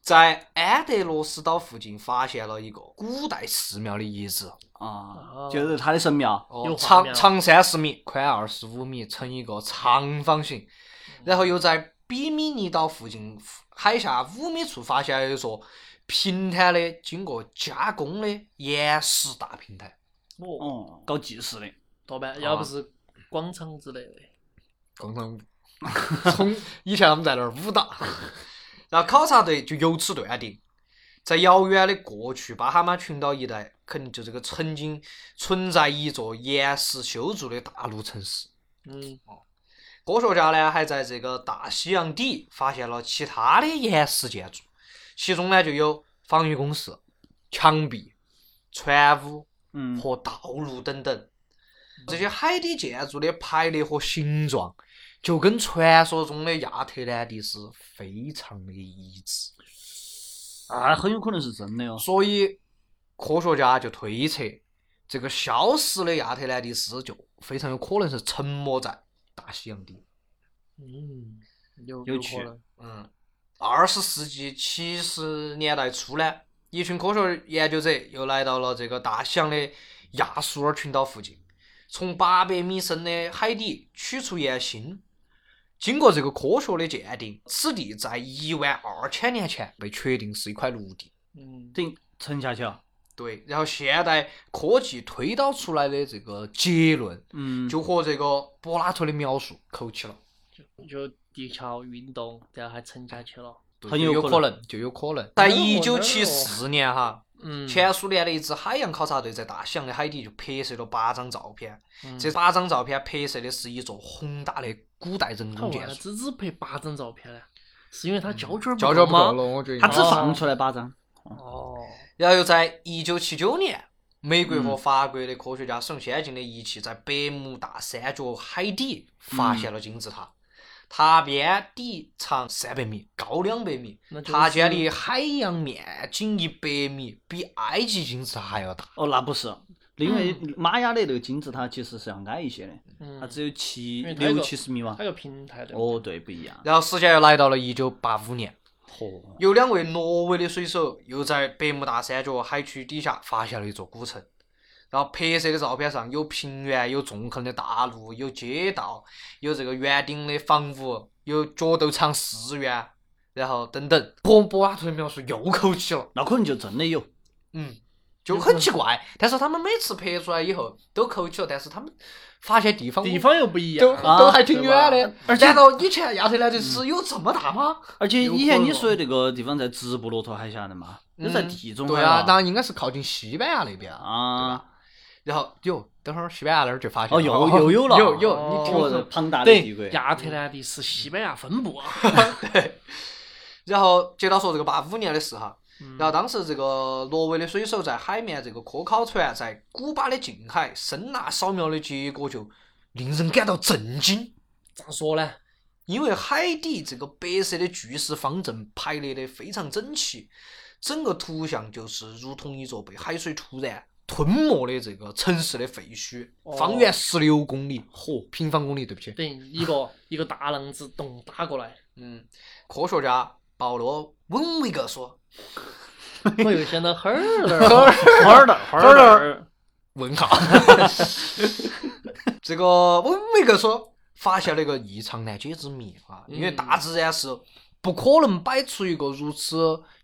Speaker 1: 在安德罗斯岛附近发现了一个古代寺庙的遗址。
Speaker 2: 啊
Speaker 3: 哦，
Speaker 2: 就是他的神庙。
Speaker 1: 哦
Speaker 3: 有，画面
Speaker 1: 长
Speaker 3: 了
Speaker 1: 长三十米，宽二十五米，呈一个长方形。
Speaker 3: 嗯
Speaker 1: 然后又在比米尼岛附近海下五米处发现了一座平坦的、经过加工的岩石大平台。
Speaker 3: 哦，
Speaker 2: 哦，搞技术的。
Speaker 3: 多半要不是广场之类的，
Speaker 1: 广场 舞，从以前他们在那儿舞蹈。然后考察队就由此断定，在遥远的过去，巴哈马群岛一带肯定就这个曾经存在一座岩石修筑的大陆城市。
Speaker 3: 嗯，
Speaker 1: 科学家呢还在这个大西洋底发现了其他的岩石建筑，其中呢就有防御工事、墙壁、船坞
Speaker 2: 嗯，
Speaker 1: 和道路等等。这些海底建筑的排列和形状，就跟传说中的亚特兰蒂斯非常的一致，
Speaker 2: 啊，很有可能是真的哦。
Speaker 1: 所以科学家就推测，这个消失的亚特兰蒂斯就非常有可能是沉没在大西洋底。
Speaker 3: 嗯，有
Speaker 2: 有
Speaker 3: 有
Speaker 2: 趣
Speaker 3: 可能。
Speaker 1: 嗯，二十世纪七十年代初呢，一群科学研究者又来到了这个大西洋的亚速尔群岛附近，从八百米深的海底取出岩芯。经过这个科学的鉴定，此地在一万二千年前被确定是一块陆地。
Speaker 3: 嗯，
Speaker 2: 顶沉下去了。
Speaker 1: 对，然后现代科技推导出来的这个结论，
Speaker 2: 嗯，
Speaker 1: 就和这个柏拉图的描述扣起了，
Speaker 3: 就地壳运动，然后还沉下去了。
Speaker 1: 对
Speaker 2: 很
Speaker 1: 就
Speaker 2: 有
Speaker 1: 有
Speaker 2: 可
Speaker 1: 可
Speaker 2: 能
Speaker 1: 能，就有可能。哦在一九七四年哈，
Speaker 3: 嗯，
Speaker 1: 前苏联的一支海洋考察队在大西洋的海底就拍摄了八张照片，
Speaker 3: 嗯
Speaker 1: 这八张照片拍摄的是一座宏大的古代人
Speaker 3: 他
Speaker 1: 工
Speaker 3: 为
Speaker 1: 建
Speaker 3: 啥
Speaker 1: 筑。
Speaker 3: 子只拍八张照片呢？是因为他胶卷儿
Speaker 1: 胶卷不
Speaker 3: 够
Speaker 1: 够
Speaker 3: 吗？
Speaker 1: 了，我觉
Speaker 2: 他
Speaker 1: 得。
Speaker 2: 只放出来八张。
Speaker 3: 哦，
Speaker 1: 然后又在一九七九年，美国和法国的科学家使用先进的仪器，在百慕大三角海底发现了金字塔。塔边底长三百米，高两百米
Speaker 3: 那，就是
Speaker 1: 塔尖的海洋面径一百米，比埃及金字塔还要大。
Speaker 2: 哦，那不是，因为玛雅的那个金字塔其实是要矮一些的，
Speaker 3: 嗯
Speaker 2: 它，只有七
Speaker 3: 因为它有
Speaker 2: 六
Speaker 3: 个
Speaker 2: 七十米嘛
Speaker 3: 它。有平台的。
Speaker 2: 哦，对，不一样。
Speaker 1: 然后时间又来到了一九八五年，
Speaker 2: 嚯，
Speaker 1: 有两位挪威的水手又在百慕大三角海区底下发现了一座古城，然后拍摄的照片上有平原，有纵横的大路，有街道，有这个圆顶的房屋，有角斗场寺院，然后等等，博柏拉图的描述又扣起了，
Speaker 2: 那可能就真的有。
Speaker 1: 嗯，就很奇怪。但是他们每次拍出来以后都扣起了，但是他们发现地方
Speaker 3: 地方又不一
Speaker 1: 都
Speaker 3: 样，
Speaker 2: 啊
Speaker 1: 都还挺
Speaker 3: 对
Speaker 1: 远
Speaker 3: 吧
Speaker 1: 的。难道以前亚特兰蒂斯有这么大吗？
Speaker 2: 而且
Speaker 3: 有
Speaker 2: 以前
Speaker 3: 可
Speaker 2: 你
Speaker 3: 能
Speaker 2: 说的那个地方在直布罗陀海峡的嘛，那在
Speaker 1: 嗯
Speaker 2: 地中海
Speaker 1: 对啊，
Speaker 2: 嘛
Speaker 1: 那应该是靠近西班牙那边啊。
Speaker 2: 啊，
Speaker 1: 然后哟，等会儿西班牙那儿就发现
Speaker 2: 哦，
Speaker 1: 了
Speaker 2: 又又 有了，
Speaker 1: 有有，
Speaker 3: 哦
Speaker 1: 你听
Speaker 2: 我
Speaker 1: 我
Speaker 2: 的
Speaker 1: 说。
Speaker 2: 庞大的帝国
Speaker 3: 对，，亚特兰蒂斯西班牙分部。啊
Speaker 1: 然后接到说这个八五年的事哈，
Speaker 3: 嗯
Speaker 1: 然后当时这个挪威的水手在海面这个科考船在古巴的近海声呐扫描的结果就令人感到震惊，
Speaker 3: 咋说呢？
Speaker 1: 因为海底这个白色的巨石方阵排列的非常整齐，整个图像就是如同一座被海水突然吞没的这个城市的废墟，
Speaker 3: 哦
Speaker 1: 方圆十六公里，嚯，平方公里，对不起，
Speaker 3: 等于一个一个大浪子咚打过 来，
Speaker 1: 嗯，科学家保罗·温维格说
Speaker 3: 我又想到哈儿了。
Speaker 2: 花儿的花儿的，：“
Speaker 1: 问号。”这个温维格说，发现了一个异常难解之谜啊，因为大自然是不可能摆出一个如此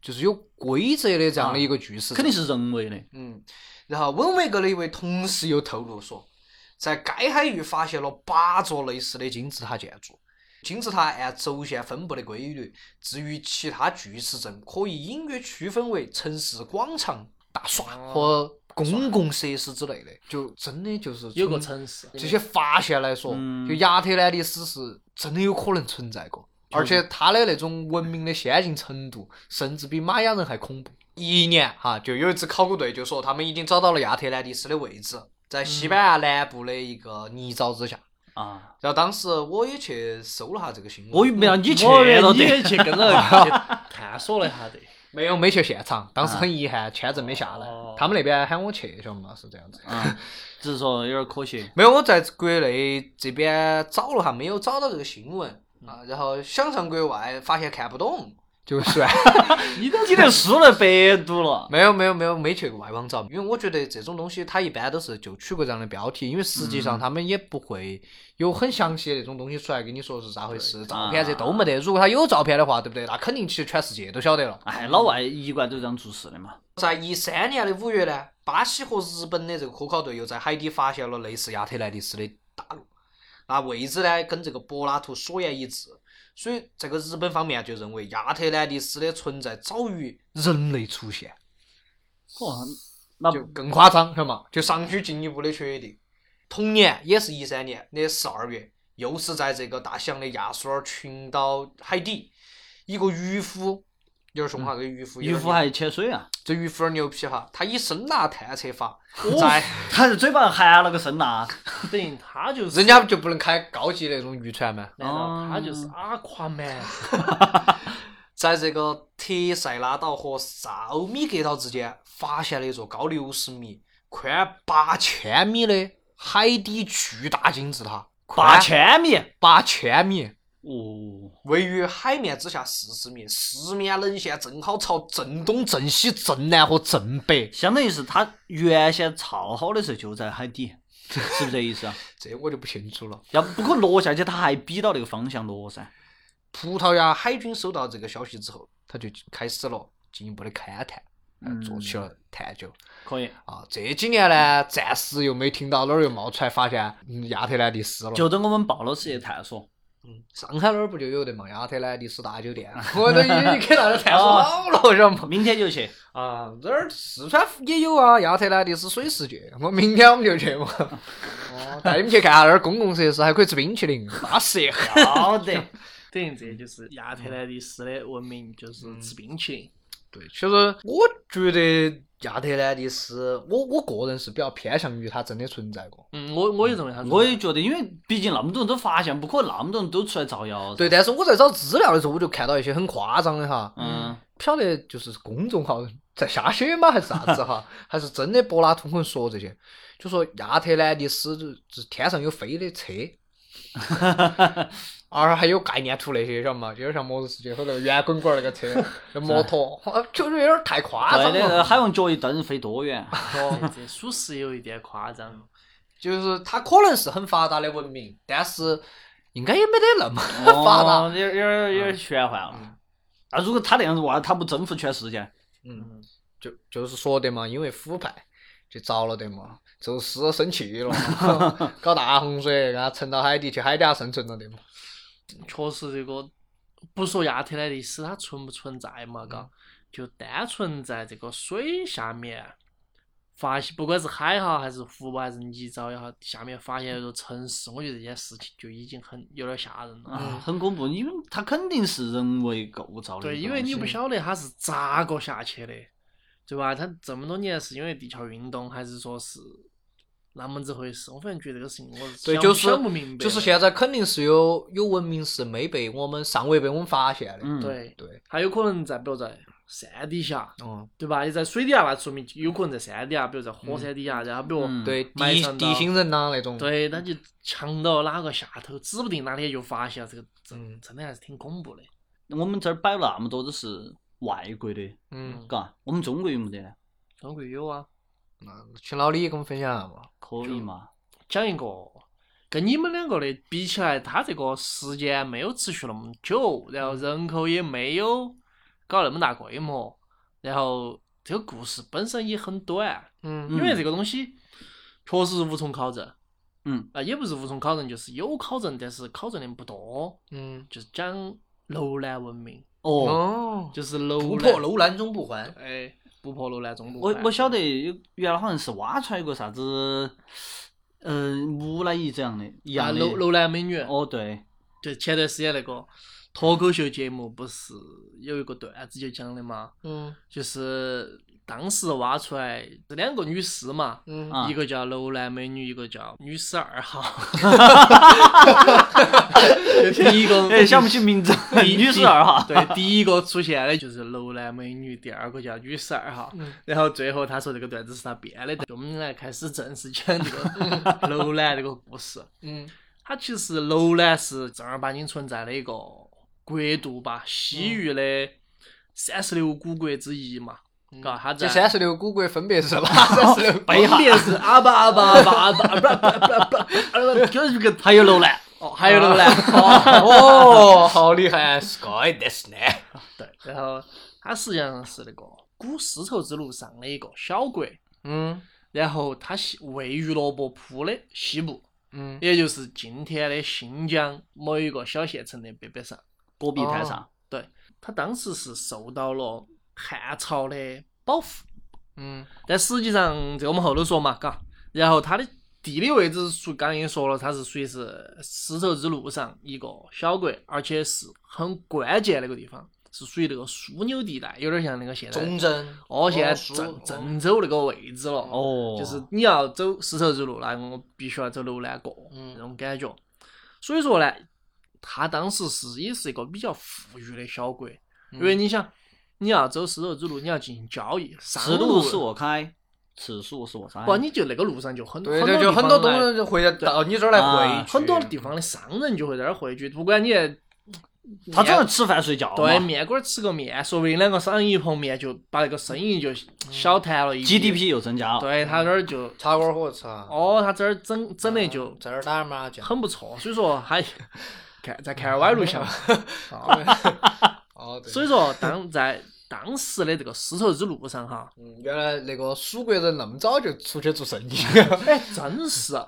Speaker 1: 就是有规则的这样的一个巨石、
Speaker 2: 肯定是人为的，
Speaker 1: 嗯，然后温维格的一位同事又透露说，在该海域发现了八座类似的金字塔建筑。金字塔按轴线分布的规律，至于其他巨石阵，可以隐约区分为城市广场、大厦
Speaker 3: 哦
Speaker 1: 和公共设施之类的。就真的就是
Speaker 3: 有个
Speaker 1: 从
Speaker 3: 城市，
Speaker 1: 这些发现来说，
Speaker 2: 嗯
Speaker 1: 就亚特兰蒂斯是真的有可能存在过，而且它的那种文明的先进程度，甚至比玛雅人还恐怖。一一年哈，就有一支考古队就说他们已经找到了亚特兰蒂斯的位置，在西班牙南部的一个泥沼之下。
Speaker 2: 啊，
Speaker 1: 然后当时我也去搜了下这个新闻，
Speaker 2: 我又没让你去
Speaker 3: 我以为
Speaker 2: 了
Speaker 3: 你
Speaker 2: 的，
Speaker 3: 也去跟着去探索了一 下的。
Speaker 1: 没有没去现场，当时很遗憾签证没下来
Speaker 3: 哦，
Speaker 1: 他们那边喊我去，晓得吗？是这样子。
Speaker 2: 啊，只是说有点可惜，
Speaker 1: 没有，我在国内这边找了下，没有找到这个新闻啊。然后想上国外，发现看不懂，就算。
Speaker 3: 你都
Speaker 2: 你这书来白读了，
Speaker 1: 没有没有没有没去过外网找，因为我觉得这种东西它一般都是就取个这样的标题，因为实际上他们也不会有很详细的那种东西出来跟你说是咋回事，照片这都没得。如果他有照片的话，对不对？那肯定其实全世界都晓得了。
Speaker 2: 哎，老外一贯都这样做事的嘛，
Speaker 1: 在一三年的五月呢，巴西和日本的这个科考队又在海底发现了类似亚特兰蒂斯的大陆，那位置呢跟这个柏拉图所言一致，所以这个日本方面啊就认为亚特兰蒂斯的存在早于人类出现。
Speaker 2: 嚯，那
Speaker 1: 就更夸张，晓得嘛？就尚需进一步的确定。同年，也是一三年的十二月，又是在这个大西洋的亚速尔群岛海底，一个渔夫，有点凶哈，这个渔夫，
Speaker 2: 渔夫还潜水啊，
Speaker 1: 这渔夫有点牛批哈，他以声呐探测法
Speaker 3: 哦，
Speaker 1: 在
Speaker 2: 他是嘴巴含了个声呐，
Speaker 3: 等于他就是，
Speaker 1: 人家就不能开高级的那种渔船吗？
Speaker 3: 难道他就是阿夸曼？
Speaker 1: 在这个特塞拉岛和绍米格岛之间，发现了一座高六十米、宽八千米的海底巨大金字塔，
Speaker 2: 八
Speaker 1: 宽
Speaker 2: 千米，
Speaker 1: 八千米。
Speaker 2: 哦，
Speaker 1: 位于海面之下四十米，四面棱线正好朝正东、正西、正南和正北。
Speaker 2: 相当于是他原先操好的时候就在海底，是不是这意思啊？
Speaker 1: 这我就不清楚了。
Speaker 2: 要不不可能落下去，他还比到那个方向落噻。
Speaker 1: 葡萄牙海军收到这个消息之后，他就开始了进一步的勘探，呃做起了探究。
Speaker 2: 可以，
Speaker 1: 啊，这几年呢，暂时又没听到哪儿又冒出来发现嗯亚特兰蒂斯了。
Speaker 2: 就等我们报了世界探索。
Speaker 1: 嗯上海那儿不就有的嘛，亚特兰蒂斯大酒 店，我都已经去那儿探索好了，晓得吗？
Speaker 2: 明天就去，
Speaker 1: 啊，这儿四川也有啊，亚特兰蒂斯水世界。我明天我们就去 嘛，哦带你们去看下那儿公共设施，还可以吃冰淇淋，巴适。
Speaker 2: 好的，
Speaker 3: 等于这就是亚特兰蒂斯的文明，就是吃冰淇淋。
Speaker 1: 对，其实我觉得亚特兰蒂斯，我我个人是比较偏向于它真的存在过。
Speaker 3: 嗯，我我也认为他是。
Speaker 2: 我也觉得，因为毕竟那么多人都发现，不可能那么多人都出来造谣。
Speaker 1: 对，，但是我在找资料的时候，我就看到一些很夸张的哈，
Speaker 2: 嗯，
Speaker 1: 不晓得就是公众号在瞎写吗，还是啥子哈，还是真的柏拉图可能说这些，就说亚特兰蒂斯就是天上有飞的车，而还有概念图那些，晓得嘛？就有点像《末日世界》后头圆滚滚那个车，那摩托，啊就是有点太夸
Speaker 2: 对
Speaker 1: 张
Speaker 2: 的，
Speaker 1: 了。
Speaker 2: 海王脚一蹬飞多远？
Speaker 3: 哦，这属实有一点夸张。
Speaker 1: 就是它可能是很发达的文明，但是应该也没得那么
Speaker 2: 哦
Speaker 1: 发达。
Speaker 2: 有有有点玄幻了。啊，如果他那样子娃，他不征服全世界？啊
Speaker 1: 嗯，就就是说的嘛，因为腐败就遭了的嘛，宙斯生气了，搞大洪水，然后沉到海底去，海底也生存了的嘛。
Speaker 3: 确实这个不说亚特兰蒂斯它存不存在嘛，
Speaker 1: 嗯
Speaker 3: 嘎、就单纯在这个水下面发现，不管是海哈还是湖吧还是泥沼也好，下面发现一座城市，我觉得这件事情就已经很有点吓人了。
Speaker 2: 啊，很恐怖，因为它肯定是人为构造的
Speaker 3: 对，
Speaker 2: 一个东西。
Speaker 3: 因为你不晓得它是咋个下去的，对吧？它这么多年是因为地壳运动，还是说是啷么子回事？我反正觉得这个事情我是
Speaker 1: 对，
Speaker 3: 想
Speaker 1: 就是
Speaker 3: 想不明白嗯的。
Speaker 1: 就是现在肯定是有有文明是没被我们尚未被我们发现的。
Speaker 2: 嗯，，
Speaker 3: 对，
Speaker 1: 对，
Speaker 3: 还有可能在比如在山底下，
Speaker 1: 嗯，
Speaker 3: 对吧？你在水底下，那说明有可能在山底下，比如在火山底下，然后比如、
Speaker 2: 嗯
Speaker 1: 对，
Speaker 3: 埋
Speaker 1: 地
Speaker 3: 藏
Speaker 1: 地
Speaker 3: 到
Speaker 1: 心人呐、那种。，
Speaker 3: 对，那就强到哪个下头，指不定哪天就发现了这个，真
Speaker 1: 嗯
Speaker 3: 真的还是挺恐怖的。
Speaker 2: 我们这儿摆了那么多都是外国的，
Speaker 1: 嗯，
Speaker 2: 嘎，我们中国有没得呢？
Speaker 3: 中国有啊，
Speaker 1: 那请老李给我们分享一下嘛。
Speaker 2: 可以嘛？
Speaker 3: 讲一个跟你们两个的比起来，它这个时间没有持续那么久，然后人口也没有搞那么大规模，然后这个故事本身也很短，
Speaker 1: 嗯
Speaker 3: 因为这个东西确实无从考证。
Speaker 2: 嗯，
Speaker 3: 啊，也不是无从考证，就是有考证，但是考证的不多。
Speaker 1: 嗯，
Speaker 3: 就是讲楼兰文明，
Speaker 2: 哦，
Speaker 1: 哦，
Speaker 3: 就是楼
Speaker 1: 不
Speaker 3: 兰
Speaker 1: 破楼兰终不还。
Speaker 3: 哎，不破楼兰终不
Speaker 2: 我
Speaker 3: 败
Speaker 2: 我晓得有原来好像是挖出来一个啥子，嗯，木乃伊这样的，一
Speaker 3: 啊，
Speaker 2: 样的。
Speaker 3: 楼楼兰美女，
Speaker 2: 哦，对，
Speaker 3: 就前段时间那个脱口秀节目不是有一个段子就讲的嘛，
Speaker 1: 嗯
Speaker 3: 就是当时挖出来这两个女尸嘛，
Speaker 1: 嗯
Speaker 2: 啊
Speaker 3: 一个叫楼兰美女，一个叫女尸 二号， 第一个
Speaker 2: 哎，想不起名 字，
Speaker 3: 第
Speaker 2: 女士二 哈，
Speaker 3: 对，第一个出现的就是楼兰美女，第二个叫女十二号，
Speaker 1: 嗯
Speaker 3: 然后最后他说这个段子是他编的，我们来开始正式讲这个楼兰这个故事。
Speaker 1: 嗯
Speaker 3: 它其实楼兰是正儿八经存在的一个国度吧，西域的三十六古国之一嘛，嘎、它
Speaker 1: 这
Speaker 3: 在
Speaker 1: 三十六古国分别是吧？三十六
Speaker 3: 分别是阿巴阿巴阿巴阿巴阿巴阿巴阿巴阿巴，就是这个
Speaker 2: 还有楼兰，
Speaker 3: 哦，还有楼兰。
Speaker 1: 啊 哦，好厉害，sky this 呢？
Speaker 3: 对，然后它实际上是那个古丝绸之路上的一个小国，
Speaker 1: 嗯
Speaker 3: 然后它西位于罗布泊的西部，
Speaker 1: 嗯
Speaker 3: 也就是今天的新疆某一个小县城的北边上。
Speaker 2: 戈
Speaker 3: 哦
Speaker 2: 壁滩上，
Speaker 3: 对，它当时是受到了汉朝的保护，
Speaker 1: 嗯
Speaker 3: 但实际上这个我们后头说嘛，嘎。然后它的地理位置属刚刚已经说了，它是属于是丝绸之路上一个小国，而且是很关键那个地方，是属于那个枢纽地带，有点像那个现在
Speaker 1: 忠贞。
Speaker 3: 哦，现在
Speaker 1: 苏
Speaker 3: 郑
Speaker 1: 哦
Speaker 3: 郑州那个位置了，
Speaker 2: 哦，
Speaker 3: 就是你要走丝绸之路，那我必须要走楼兰过，
Speaker 1: 嗯
Speaker 3: 那种感觉。所以说呢，它当时是也是一个比较富裕的小国，
Speaker 1: 嗯
Speaker 3: 因为你想，你要走丝绸之路，你要进行交易，
Speaker 2: 此
Speaker 3: 商
Speaker 2: 路
Speaker 3: 路啊
Speaker 2: 是我开，此树是我栽。
Speaker 3: 不，你就那个路上就很
Speaker 1: 对
Speaker 3: 多
Speaker 1: 对，就
Speaker 3: 地
Speaker 1: 很
Speaker 3: 方
Speaker 1: 多东
Speaker 3: 来
Speaker 1: 西就会到你这儿来
Speaker 2: 啊
Speaker 1: 汇聚
Speaker 3: 很多地方的商人就会在那儿汇聚，不管你
Speaker 2: 他主要吃饭睡觉嘛
Speaker 3: 对面馆儿吃个面，说不定两个商人一碰面就把那个生意就
Speaker 1: 嗯
Speaker 3: 小谈了一笔
Speaker 2: ，GDP 又增加了。
Speaker 3: 对他这儿就
Speaker 1: 茶馆火吃啊。
Speaker 3: 哦，他这儿整整的就
Speaker 1: 这儿打麻将。
Speaker 3: 很不错，所以说还嗯看在开尔歪路下，啊
Speaker 1: 哦，对。
Speaker 3: 所以说当在当时的这个丝绸之路上哈，
Speaker 1: 嗯，原来那个蜀国人那么早就出去做生意，
Speaker 3: 哎，真是啊，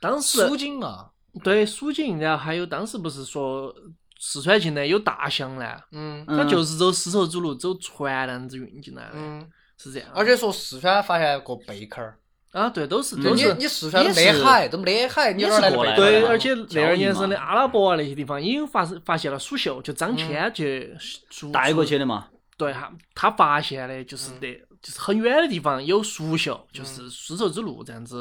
Speaker 3: 当时
Speaker 1: 蜀锦啊，
Speaker 3: 对蜀锦，然后还有当时不是说四川境内有大象呢，
Speaker 1: 嗯
Speaker 2: 嗯
Speaker 3: 它就是走丝绸之路走船那样子运进来的，
Speaker 1: 嗯，
Speaker 3: 是这样。
Speaker 1: 而且说四川发现过贝壳儿，
Speaker 3: 啊，对，都是
Speaker 2: 嗯
Speaker 1: 就
Speaker 3: 都
Speaker 1: 你
Speaker 3: 是
Speaker 1: 你四川都
Speaker 2: 也
Speaker 1: 没
Speaker 2: 是
Speaker 1: 海，都没得海，你
Speaker 2: 也
Speaker 1: 哪
Speaker 2: 是
Speaker 1: 儿来
Speaker 2: 过
Speaker 1: 的
Speaker 2: 来
Speaker 1: 贝
Speaker 2: 的
Speaker 3: 对，
Speaker 1: 壳儿
Speaker 3: 而且那
Speaker 2: 交
Speaker 3: 二
Speaker 2: 易
Speaker 3: 年生的
Speaker 2: 嘛
Speaker 3: 阿拉伯啊那些地方已经发发现了蜀绣，就张骞去蜀
Speaker 2: 带过去的嘛，
Speaker 3: 对他，他发现的就是
Speaker 2: 嗯
Speaker 3: 得、就是很远的地方有蜀绣，就是丝绸之路这样子，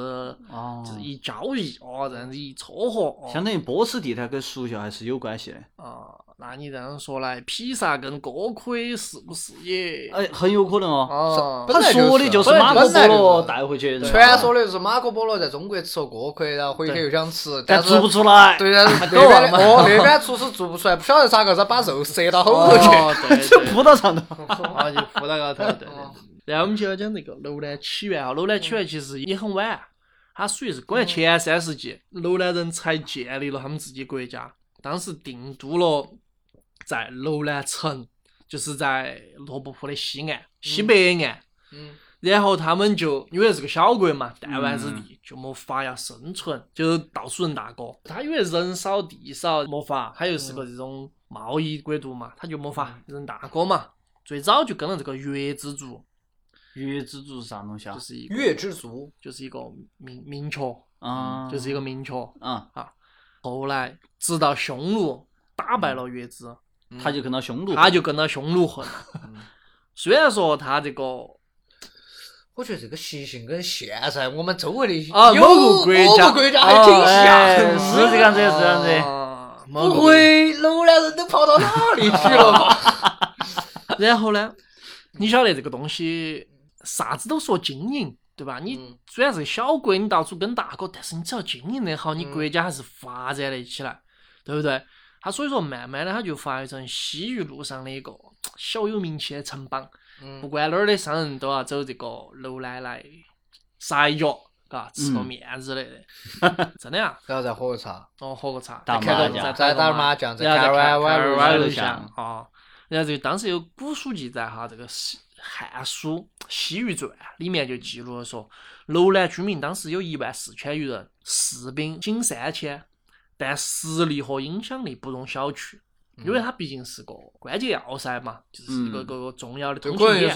Speaker 2: 哦
Speaker 3: 就是一交易哦，这样子一撮合。哦
Speaker 2: 相当于波斯地带跟蜀校还是有关系的，
Speaker 3: 啊、那你这样说来，披萨跟锅盔是不是也？
Speaker 2: 哎，很有可能哦。
Speaker 3: 哦
Speaker 1: 是，
Speaker 2: 他说
Speaker 3: 啊
Speaker 2: 的就是马可波罗带回去的，
Speaker 1: 传说
Speaker 2: 的，
Speaker 1: 的就是马可波罗在中国吃了锅盔，然后回去又想吃，
Speaker 2: 但
Speaker 1: 但
Speaker 2: 做
Speaker 1: 是
Speaker 2: 不出来。
Speaker 1: 对，但是
Speaker 3: 狗
Speaker 1: 那
Speaker 3: 啊
Speaker 1: 边的哦那边厨师做不出来，不晓得咋个子把肉塞到喉头去。
Speaker 3: 哦，对
Speaker 2: 这
Speaker 3: 对，
Speaker 2: 葡萄上头。
Speaker 3: 啊，就铺到高头，对对 对。然后我们就要讲那个楼兰起源啊，楼兰起源其实也很晚，它属于是公元前三世纪，楼兰人才建立了他们自己国家，当时定都了在楼兰城，就是在罗布泊的西岸、西北岸。
Speaker 1: 嗯
Speaker 3: 然后他们就因为是个小国嘛，弹丸之地，就没法要生存，就是到处人大哥。他因为人少地少，没法，他又是个这种贸易国度嘛，他就没法人大哥嘛。最早就跟了这个月之族，
Speaker 2: 月之族是啥东西啊
Speaker 3: 就？是一个
Speaker 1: 月之族，
Speaker 3: 就是一个明明确，
Speaker 2: 啊，
Speaker 3: 嗯就是
Speaker 1: 嗯
Speaker 3: 一个明确。
Speaker 2: 啊，
Speaker 3: 后来直到匈奴打
Speaker 1: 嗯
Speaker 3: 败了月支，
Speaker 2: 他
Speaker 1: 哦
Speaker 2: 就跟到匈奴，
Speaker 3: 嗯他就跟到匈奴混了。
Speaker 1: 嗯
Speaker 3: 虽然说他这个
Speaker 1: 我觉得这个习性跟现在我们周围的
Speaker 3: 啊
Speaker 1: 有
Speaker 3: 某个国家
Speaker 1: 某个国家还挺
Speaker 2: 哦哎
Speaker 1: 像，嗯
Speaker 2: 是这样子是这样子
Speaker 3: 啊，某个
Speaker 1: 哎不会楼兰人都跑到哪里去了吧？
Speaker 3: 然后呢，你晓得这个东西啥子都说经营，对吧？你
Speaker 1: 嗯
Speaker 3: 虽然是个小国，你到处跟大哥，但是你只要经营得好，你
Speaker 1: 嗯
Speaker 3: 国家还是发展得起来，对不对？他所以说，慢慢的他就发育成西域路上的一个小有名气的城邦，不
Speaker 1: 嗯
Speaker 3: 管哪儿的商人都要走这个楼来来撒一脚，嘎，吃个面之类的， 真的啊呀。
Speaker 1: 然后再喝个茶，
Speaker 3: 哦，喝个茶，
Speaker 2: 打
Speaker 3: 再开个
Speaker 2: 麻将
Speaker 3: 再
Speaker 1: 再打
Speaker 3: 个
Speaker 1: 麻将再
Speaker 3: 然后
Speaker 1: 开
Speaker 3: 再开
Speaker 1: 玩
Speaker 3: 玩
Speaker 2: 玩
Speaker 3: 录
Speaker 2: 录
Speaker 3: 像
Speaker 2: 像
Speaker 3: 啊。然后这个当时有古书记载哈，这个西《汉书·西域传》里面就记录了说，楼兰居民当时有一万四千余人，士兵仅三千，但实力和影响力不容小觑，因
Speaker 1: 嗯
Speaker 3: 为它毕竟是个关键要塞嘛，就是一个
Speaker 2: 嗯
Speaker 3: 个个重要的
Speaker 1: 这
Speaker 3: 通
Speaker 1: 可
Speaker 3: 行
Speaker 1: 能就
Speaker 3: 点。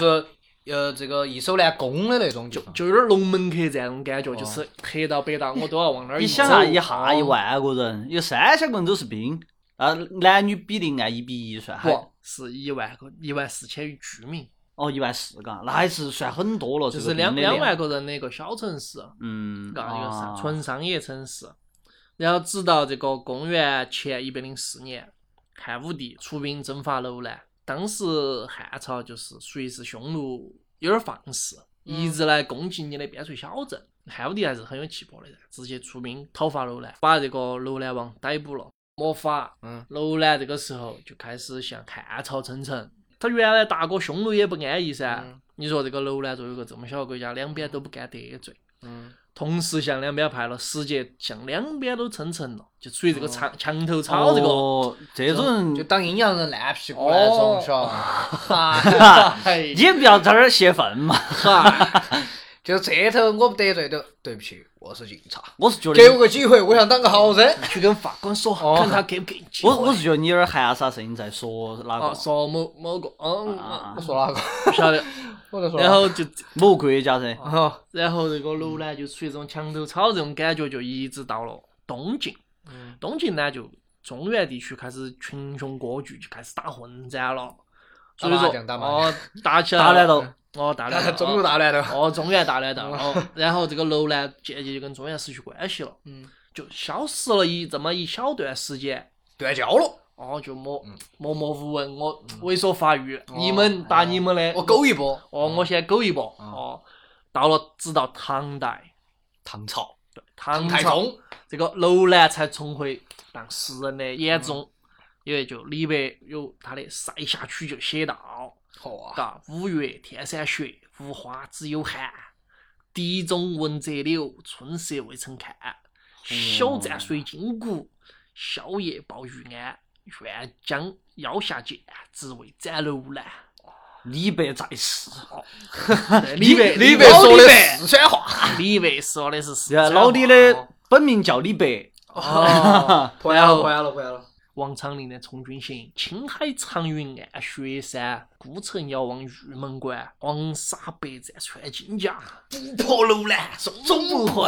Speaker 1: 是呃这个易守难攻的那种地方。
Speaker 3: 就有点龙门客栈那种感
Speaker 1: 哦
Speaker 3: 觉，就是黑道白道我都要往那儿
Speaker 2: 你
Speaker 3: 走
Speaker 2: 想啊，一
Speaker 3: 哦
Speaker 2: 下一万个人，有三千个人都是兵，啊，男女比例按一比一算，还
Speaker 3: 不是一万个一万四千余居民，
Speaker 2: 哦一万四个，那还是算很多了。
Speaker 3: 就
Speaker 2: 这
Speaker 3: 是
Speaker 2: 个
Speaker 3: 两
Speaker 2: 兵的
Speaker 3: 两
Speaker 2: 量
Speaker 3: 万，个人的一个小城市，啊
Speaker 2: 嗯，
Speaker 3: 嘎，一个商
Speaker 1: 哦
Speaker 2: 啊
Speaker 3: 纯商业城市。然后直到这个公元前一百零四年，汉武帝出兵征伐楼兰，当时汉朝就是属于是匈奴有点放肆，
Speaker 1: 嗯
Speaker 3: 一直来攻击你的边陲小镇。汉武帝还是很有气魄的人，直接出兵讨伐楼兰，把这个楼兰王逮捕了。没法，
Speaker 1: 嗯，
Speaker 3: 楼兰这个时候就开始向汉朝称臣。他原来大哥匈奴也不安逸噻，
Speaker 1: 嗯
Speaker 3: 你说这个楼兰作为一个这么小的国家，两边都不敢得罪，
Speaker 1: 嗯，
Speaker 3: 同时向两边派了使节，向两边都称臣了，就处于这个墙墙头草
Speaker 2: 哦，
Speaker 3: 这个。
Speaker 2: 这种
Speaker 1: 就当阴阳人烂屁股那种，晓得吧？
Speaker 3: 哎
Speaker 2: 你不要在这儿泄愤嘛。
Speaker 1: 哈， 就这头我不得罪的，对不起，我是警察，
Speaker 2: 我是觉
Speaker 1: 给我
Speaker 2: 得，
Speaker 1: 个机会，我想当个好人。
Speaker 3: 去跟法官说，
Speaker 1: 哦
Speaker 3: 看他给不给你机会。
Speaker 2: 我我是觉得你有点含沙射影在说哪
Speaker 3: 啊，
Speaker 2: 个
Speaker 3: 说某某个，嗯，
Speaker 2: 啊
Speaker 1: 我说哪个？
Speaker 3: 不晓得。
Speaker 1: 我在说哪
Speaker 3: 然
Speaker 1: 个。
Speaker 3: 后就，
Speaker 2: 某国家噻，
Speaker 3: 哦
Speaker 1: 后，
Speaker 3: 然后这个楼呢，就处于这种墙头草这种感觉，就一直到了东晋。
Speaker 1: 嗯
Speaker 3: 东晋呢，就中原地区开始群雄割据，就开始打混战了。所以
Speaker 1: 打麻
Speaker 3: 说，
Speaker 1: 将打麻将
Speaker 3: 哦，打起来
Speaker 2: 大
Speaker 3: 了
Speaker 2: 乱斗，
Speaker 3: 哦，打乱斗，
Speaker 1: 中国大乱斗。
Speaker 3: 哦，中原大乱斗，哦，然后这个楼呢，渐渐就跟中原失去关系了，
Speaker 1: 嗯，
Speaker 3: 就消失了一这么一小段时间，
Speaker 1: 断交了，
Speaker 3: 哦，就默默默无闻，我猥琐发育，你
Speaker 1: 嗯
Speaker 3: 们
Speaker 1: 哦
Speaker 3: 打你们的，
Speaker 1: 我嗯苟一波。
Speaker 3: 哦，我先苟一波，哦，到了直到唐代，
Speaker 1: 唐朝，
Speaker 3: 唐
Speaker 1: 太
Speaker 3: 朝
Speaker 1: 宗。
Speaker 3: 这个楼兰才重回当时人的眼
Speaker 1: 嗯
Speaker 3: 中，因为就李白有他的《塞下曲》就写到，
Speaker 1: 嚯啊，
Speaker 3: 嘎，五月天山雪，无花只有寒。笛中闻折柳，春色未曾看。小站水晶谷，宵夜抱玉鞍。愿将腰下剑，只为斩楼兰。
Speaker 2: 李白在世，
Speaker 3: 李白，
Speaker 1: 李白
Speaker 3: 白，
Speaker 1: 说的四川话，
Speaker 3: 李白说的是四
Speaker 2: 然后
Speaker 3: 川话啊
Speaker 2: 老李的本名叫李白，
Speaker 1: 啊
Speaker 3: 哦
Speaker 1: 回来了，回来了，回来了。
Speaker 3: 王昌龄的《从军行》：青海长云暗，雪山孤城遥望玉门关。黄沙百战穿金甲，不破楼兰终不悔。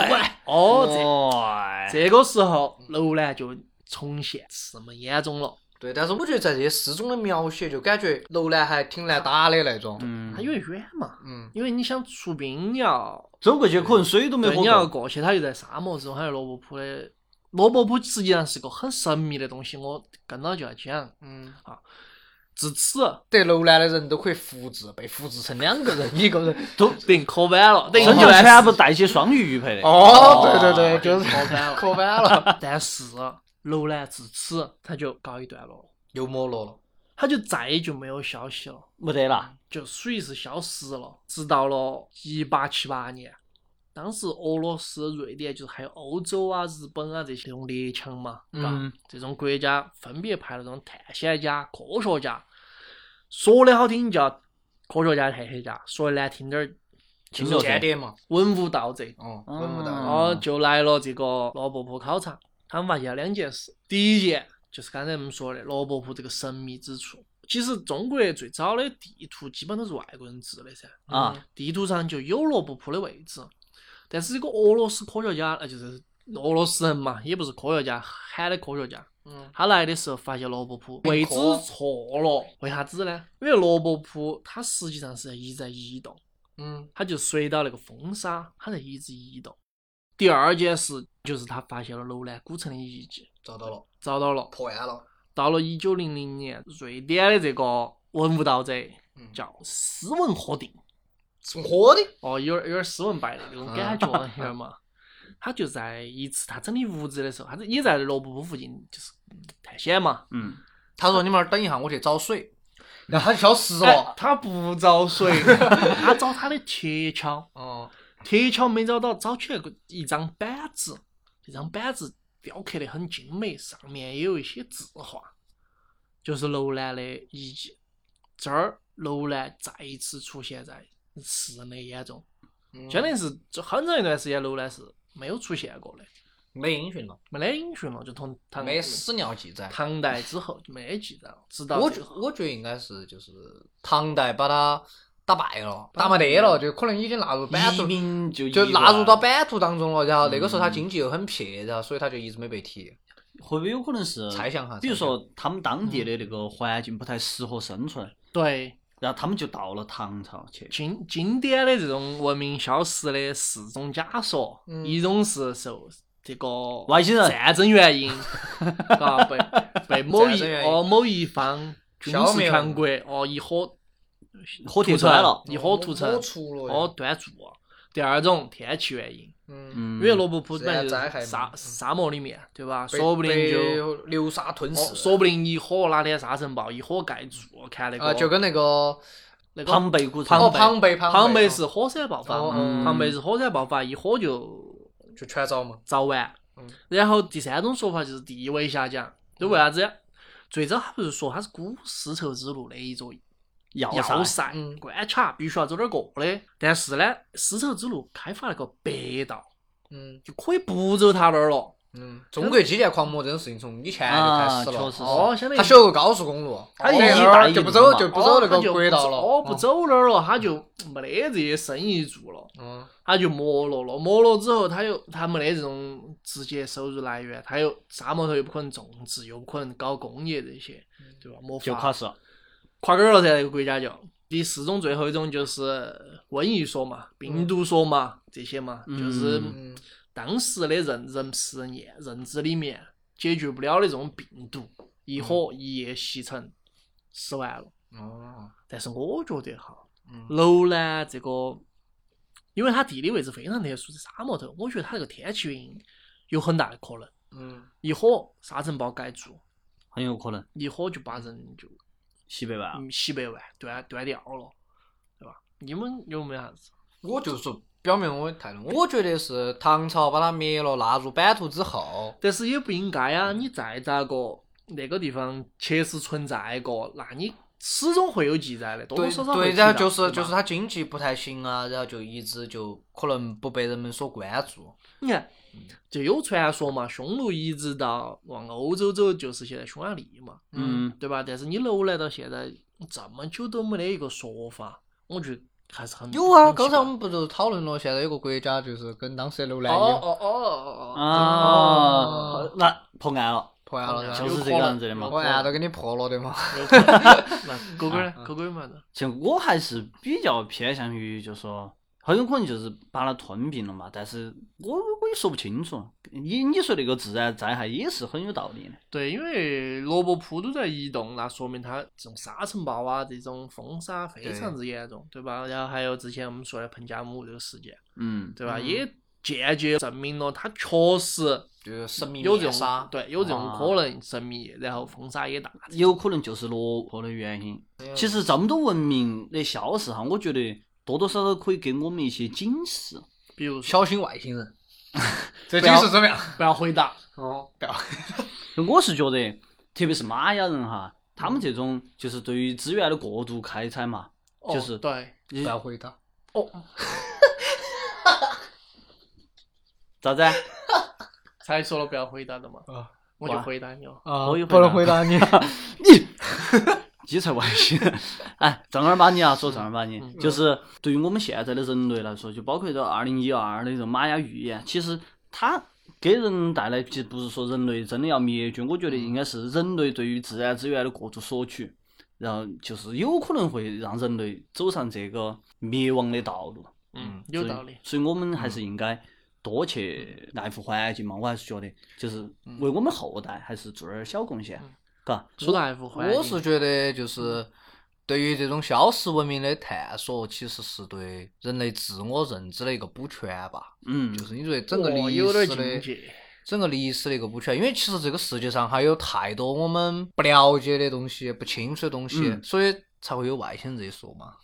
Speaker 3: 哦，这
Speaker 2: 哦，
Speaker 3: 这个时候，楼兰就重现赤门眼中了。
Speaker 1: 对，但是我觉得在这些诗中的描写，就感觉楼兰还挺难打的那种。
Speaker 2: 嗯
Speaker 3: 它，因为远嘛，
Speaker 1: 嗯，
Speaker 3: 因为你想出兵，你要
Speaker 2: 走过去可能水都没
Speaker 3: 对，
Speaker 2: 喝
Speaker 3: 你要
Speaker 2: 过，
Speaker 3: 过去，它又在沙漠之中，还有罗布泊的。罗布泊实际上是个很神秘的东西，我跟到就要讲。
Speaker 1: 嗯，
Speaker 3: 至此，
Speaker 1: 得楼兰的人都可以复制，被复制成两个人，一个人。
Speaker 3: 都等于磕完了，等于
Speaker 2: 生就
Speaker 3: 就来
Speaker 2: 全部带些双鱼玉佩的。
Speaker 1: 哦，对对对，就是
Speaker 3: 磕翻 了。
Speaker 1: 磕反了，
Speaker 3: 但是楼兰至此他就告一段落了，
Speaker 1: 又没落了。
Speaker 3: 他就再也就没有消息了，
Speaker 2: 没得啦，
Speaker 3: 就属于是消失了。直到了一八七八年，当时俄罗斯、瑞典就是还有欧洲啊、日本啊这些这种列强嘛，对吧？
Speaker 2: 嗯
Speaker 3: 这种国家分别派了这种探险家、科学家。说的好听叫科学家探险家，说的难听点儿
Speaker 2: 听
Speaker 1: 就是
Speaker 2: 着
Speaker 1: 间
Speaker 2: 噻，
Speaker 1: 谍嘛，
Speaker 3: 文物盗贼。
Speaker 1: 哦，
Speaker 2: 嗯
Speaker 1: 闻不到。
Speaker 2: 哦
Speaker 3: 哦，就来了这个罗布泊考察，他们发现了两件事。第一件就是刚才我们说的罗布泊这个神秘之处。其实中国最早的地图基本都是外国人制的噻，
Speaker 2: 啊
Speaker 3: 嗯，地图上就有罗布泊的位置。但是这个俄罗斯科学家，呃，就是俄罗斯人嘛，也不是科学家，喊的科学家，
Speaker 1: 嗯，
Speaker 3: 他来的时候发现罗布泊位置错了，为啥子呢？因为罗布泊它实际上是一直在移动。
Speaker 1: 嗯，
Speaker 3: 它就随到那个风沙，它在一直移动。第二件事就是他发现了楼兰古城的遗迹，
Speaker 1: 找到了，
Speaker 3: 找到了。
Speaker 1: 破案了。
Speaker 3: 到了一九零零年，瑞典的这个文物盗贼
Speaker 1: 嗯，
Speaker 3: 叫斯文霍定，
Speaker 1: 送火的。
Speaker 3: 哦，有点有点斯文败类那种感觉，晓得嘛？他就在一次他整理屋子的时候，他也在罗布泊附近，就是探险嘛。
Speaker 2: 嗯，
Speaker 1: 他说：“你们那儿等一下，我去找水。”然后他就消失
Speaker 3: 哎
Speaker 1: 了。
Speaker 3: 他不找水，他找他的铁锹。
Speaker 1: 哦，
Speaker 3: 铁锹没找到，找起来个一张板子，这张板子雕刻的很精美，上面也有一些字画，就是楼兰的遗迹。这儿楼兰再一次出现在啊世人的眼中，
Speaker 1: 嗯
Speaker 3: 相当于是这很长一段时间楼兰是没有出现过的，
Speaker 1: 没音讯了，
Speaker 3: 没得音讯了，就从唐
Speaker 1: 没史料记载。
Speaker 3: 唐代之后就没得记载了，直到
Speaker 1: 我
Speaker 3: 这
Speaker 1: 觉
Speaker 3: 个
Speaker 1: 我觉得应该是就是唐代把它打败了，打没得了，就可能已经纳入
Speaker 3: 嗯
Speaker 1: 版
Speaker 2: 移
Speaker 1: 图，
Speaker 2: 民就
Speaker 1: 就
Speaker 2: 移过
Speaker 1: 纳入
Speaker 2: 来
Speaker 1: 到，版图当中了。然后那个时候他经济又很撇，然后所以他就一直没被提。
Speaker 2: 会不会有可能是
Speaker 1: 猜想哈
Speaker 2: 比如
Speaker 1: 猜想
Speaker 2: 说他们当地的那个环境不太适合生存，
Speaker 3: 嗯对
Speaker 2: 然后他们就到了唐朝去。
Speaker 3: 经经典的这种文明消失的四种假说，
Speaker 1: 嗯
Speaker 3: 一种是受这个
Speaker 2: 外星人
Speaker 3: 战争 原因，啊，被被某
Speaker 1: 战
Speaker 3: 一
Speaker 1: 争原因
Speaker 3: 哦某一方军
Speaker 1: 消
Speaker 3: 事
Speaker 1: 灭了
Speaker 3: 强国哦一伙
Speaker 2: 火铁
Speaker 3: 屠
Speaker 2: 出来了
Speaker 3: 城，一伙屠城
Speaker 1: 我出了呀
Speaker 3: 哦，断柱。第二种天气原因，
Speaker 1: 嗯，
Speaker 2: 嗯，
Speaker 3: 因为罗布泊
Speaker 1: 自
Speaker 3: 本
Speaker 1: 然
Speaker 3: 来就
Speaker 1: 灾害
Speaker 3: 是
Speaker 1: 嘛
Speaker 3: 沙
Speaker 1: 嗯
Speaker 3: 沙漠里面，对吧？
Speaker 1: 被
Speaker 3: 说不定
Speaker 1: 被
Speaker 3: 就
Speaker 1: 流沙吞
Speaker 3: 哦
Speaker 1: 噬，
Speaker 3: 说不定一火哪天沙尘暴一火盖住，看那
Speaker 1: 啊，
Speaker 3: 个
Speaker 1: 就跟那个
Speaker 3: 那个
Speaker 2: 庞贝古城，
Speaker 1: 哦
Speaker 3: 贝
Speaker 1: 庞贝庞
Speaker 3: 庞
Speaker 1: 贝
Speaker 3: 贝是火山爆发，
Speaker 1: 哦
Speaker 2: 嗯
Speaker 3: 庞贝是火山爆发，一火就
Speaker 1: 就全遭嘛。
Speaker 3: 早晚
Speaker 1: 嗯。
Speaker 3: 然后第三种说法就是地位下降，就为啥子呀？最早他不是说他是古丝绸之路的一座
Speaker 2: 要
Speaker 3: 要
Speaker 2: 塞，
Speaker 3: 塞
Speaker 1: 嗯
Speaker 3: 关卡，必须要走点过的。但是呢，丝绸之路开发了个白道，
Speaker 1: 嗯
Speaker 3: 就可以不走他那儿了。
Speaker 1: 嗯，中国基建狂魔这种事情从以前就开
Speaker 2: 啊，
Speaker 1: 始
Speaker 2: 确
Speaker 1: 了。
Speaker 2: 实是。
Speaker 3: 哦，相当于
Speaker 1: 他修个高速公路，
Speaker 2: 他
Speaker 1: 哦
Speaker 2: 一
Speaker 1: 那
Speaker 2: 一
Speaker 1: 会
Speaker 2: 带
Speaker 1: 儿
Speaker 2: 一
Speaker 1: 就
Speaker 2: 路
Speaker 1: 不走
Speaker 2: 嘛
Speaker 1: 就不
Speaker 3: 哦
Speaker 1: 走那
Speaker 3: 他
Speaker 1: 个
Speaker 3: 就
Speaker 1: 轨
Speaker 3: 不
Speaker 1: 道
Speaker 3: 走
Speaker 1: 了。嗯
Speaker 3: 哦，不走那儿了，他就没得这些生意做了。
Speaker 1: 嗯。
Speaker 3: 他就没落了，没落之后，他又他没得这种直接收入来源，他又沙漠头又不可能种植，又不可能搞工业这些，
Speaker 1: 嗯
Speaker 3: 对吧？没
Speaker 2: 就卡
Speaker 3: 法
Speaker 2: 是
Speaker 3: 垮根儿了噻，这个国家就。第四种，最后一种就是瘟疫说嘛，病毒说嘛，这些嘛，
Speaker 2: 嗯
Speaker 3: 就是
Speaker 1: 嗯
Speaker 3: 当时的人人实验认知里面解决不了的这种病毒，一火一夜熄成，死完了。
Speaker 1: 哦，
Speaker 3: 但是我觉得哈，
Speaker 1: 嗯，
Speaker 3: 楼呢，这个因为它地理位置非常特殊，是沙漠头，我觉得它这个天气原因有很大的可能，
Speaker 1: 嗯，
Speaker 3: 一火沙尘暴盖住，
Speaker 2: 很有可能
Speaker 3: 一火就把人就
Speaker 2: 西北吧。
Speaker 3: 嗯西北外断断掉了，对吧？你们有没有啥子？
Speaker 1: 我就说表明我的态度，我觉得是唐朝把它灭了，纳入版图之后，
Speaker 3: 但是也不应该啊，你再咋个那个地方确实存在过，那你始终会有记载的，多多
Speaker 1: 对
Speaker 3: 少少
Speaker 1: 对，
Speaker 3: 会
Speaker 1: 然后
Speaker 3: 提到
Speaker 1: 就是
Speaker 3: 对
Speaker 1: 就
Speaker 3: 吧
Speaker 1: 是它经济不太行啊，然后就一直就可能不被人们所关注。
Speaker 3: 你看，就有传说嘛，匈奴一直到往欧洲走，就是现在匈牙利嘛，
Speaker 2: 嗯，
Speaker 3: 对吧？但是你楼兰到现在这么久都没得一个说法，我觉得还是很
Speaker 1: 有啊，
Speaker 3: 很奇怪
Speaker 1: 刚才我们不就讨论了，现在有个国家就是跟当时的楼
Speaker 3: 哦
Speaker 1: 兰有
Speaker 3: 哦哦哦哦
Speaker 2: 啊
Speaker 1: 哦，
Speaker 2: 那破案了，
Speaker 1: 破案了噻
Speaker 2: 就，是这个样子的嘛
Speaker 1: 破案都给你破了的嘛。
Speaker 3: 有可能那狗狗呢？狗狗有嘛子？
Speaker 2: 像我还是比较偏向于就说。很有可能就是把它吞并了嘛，但是我我也说不清楚。你你说那个自然灾害也是很有道理的。
Speaker 3: 对，因为罗布泊都在移动，那说明它这种沙尘暴啊，这种风沙非常之严重，对吧？然后还有之前我们说的彭加木这个事件，
Speaker 2: 嗯，
Speaker 3: 对吧？
Speaker 1: 嗯
Speaker 3: 也间接证明了它确实
Speaker 1: 就是神秘
Speaker 3: 有这
Speaker 1: 面
Speaker 3: 种
Speaker 1: 纱，
Speaker 3: 对，有这种
Speaker 2: 啊
Speaker 3: 可能神秘，然后风沙也大。
Speaker 2: 有可能就是落魄的原因。
Speaker 1: 嗯
Speaker 2: 其实这么多文明的消逝哈，我觉得多多少少可以给我们一些警示。
Speaker 3: 比如说
Speaker 1: 小心外星 人，这
Speaker 3: 不要
Speaker 1: 解释怎么样？
Speaker 3: 不要回答，
Speaker 1: 哦，不要，
Speaker 2: 我是觉得，特别是玛雅人哈，他们这种就是对于资源的过度开采嘛，
Speaker 3: 哦
Speaker 2: 就是
Speaker 3: 对，
Speaker 1: 不要回 答。
Speaker 2: 咋 子？
Speaker 3: 才说了不要回答的嘛，
Speaker 1: 啊
Speaker 3: 我就
Speaker 2: 哇
Speaker 3: 回答你哦。
Speaker 1: 啊
Speaker 2: 我有
Speaker 1: 不能
Speaker 2: 回
Speaker 1: 回答你。
Speaker 2: 你 鸡才外星人！ 哎，正儿八经啊，说正儿八经，
Speaker 3: 嗯
Speaker 2: 就是对于我们现在的人类来说，就包括这二零一二的这种玛雅预言，其实它给人带来，其实不是说人类真的要灭绝，我觉
Speaker 3: 嗯
Speaker 2: 得应该是人类对于自然资源的过度索取，然后就是有可能会让人类走上这个灭亡的道路。
Speaker 3: 嗯
Speaker 1: 嗯，
Speaker 3: 有
Speaker 2: 所以
Speaker 3: 道理。
Speaker 2: 所以我们还是应该多去
Speaker 1: 嗯
Speaker 2: 爱护环境嘛。我还是觉得，就是为我们后代还是做点儿小贡献，
Speaker 1: 嗯
Speaker 2: 嘎、
Speaker 3: 说到爱护环 境，
Speaker 1: 我是觉得就是对于这种消失文明的探索，其实是对人类自我认知的一个补全吧。
Speaker 2: 嗯，
Speaker 1: 就是你对整个
Speaker 3: 哦
Speaker 1: 历
Speaker 3: 有点
Speaker 1: 史
Speaker 3: 境
Speaker 1: 的
Speaker 3: 界。
Speaker 1: 整个历史的一个补全，因为其实这个世界上还有太多我们不了解的东西、不清楚的东西，
Speaker 2: 嗯
Speaker 1: 所以才会有外星人这一说嘛。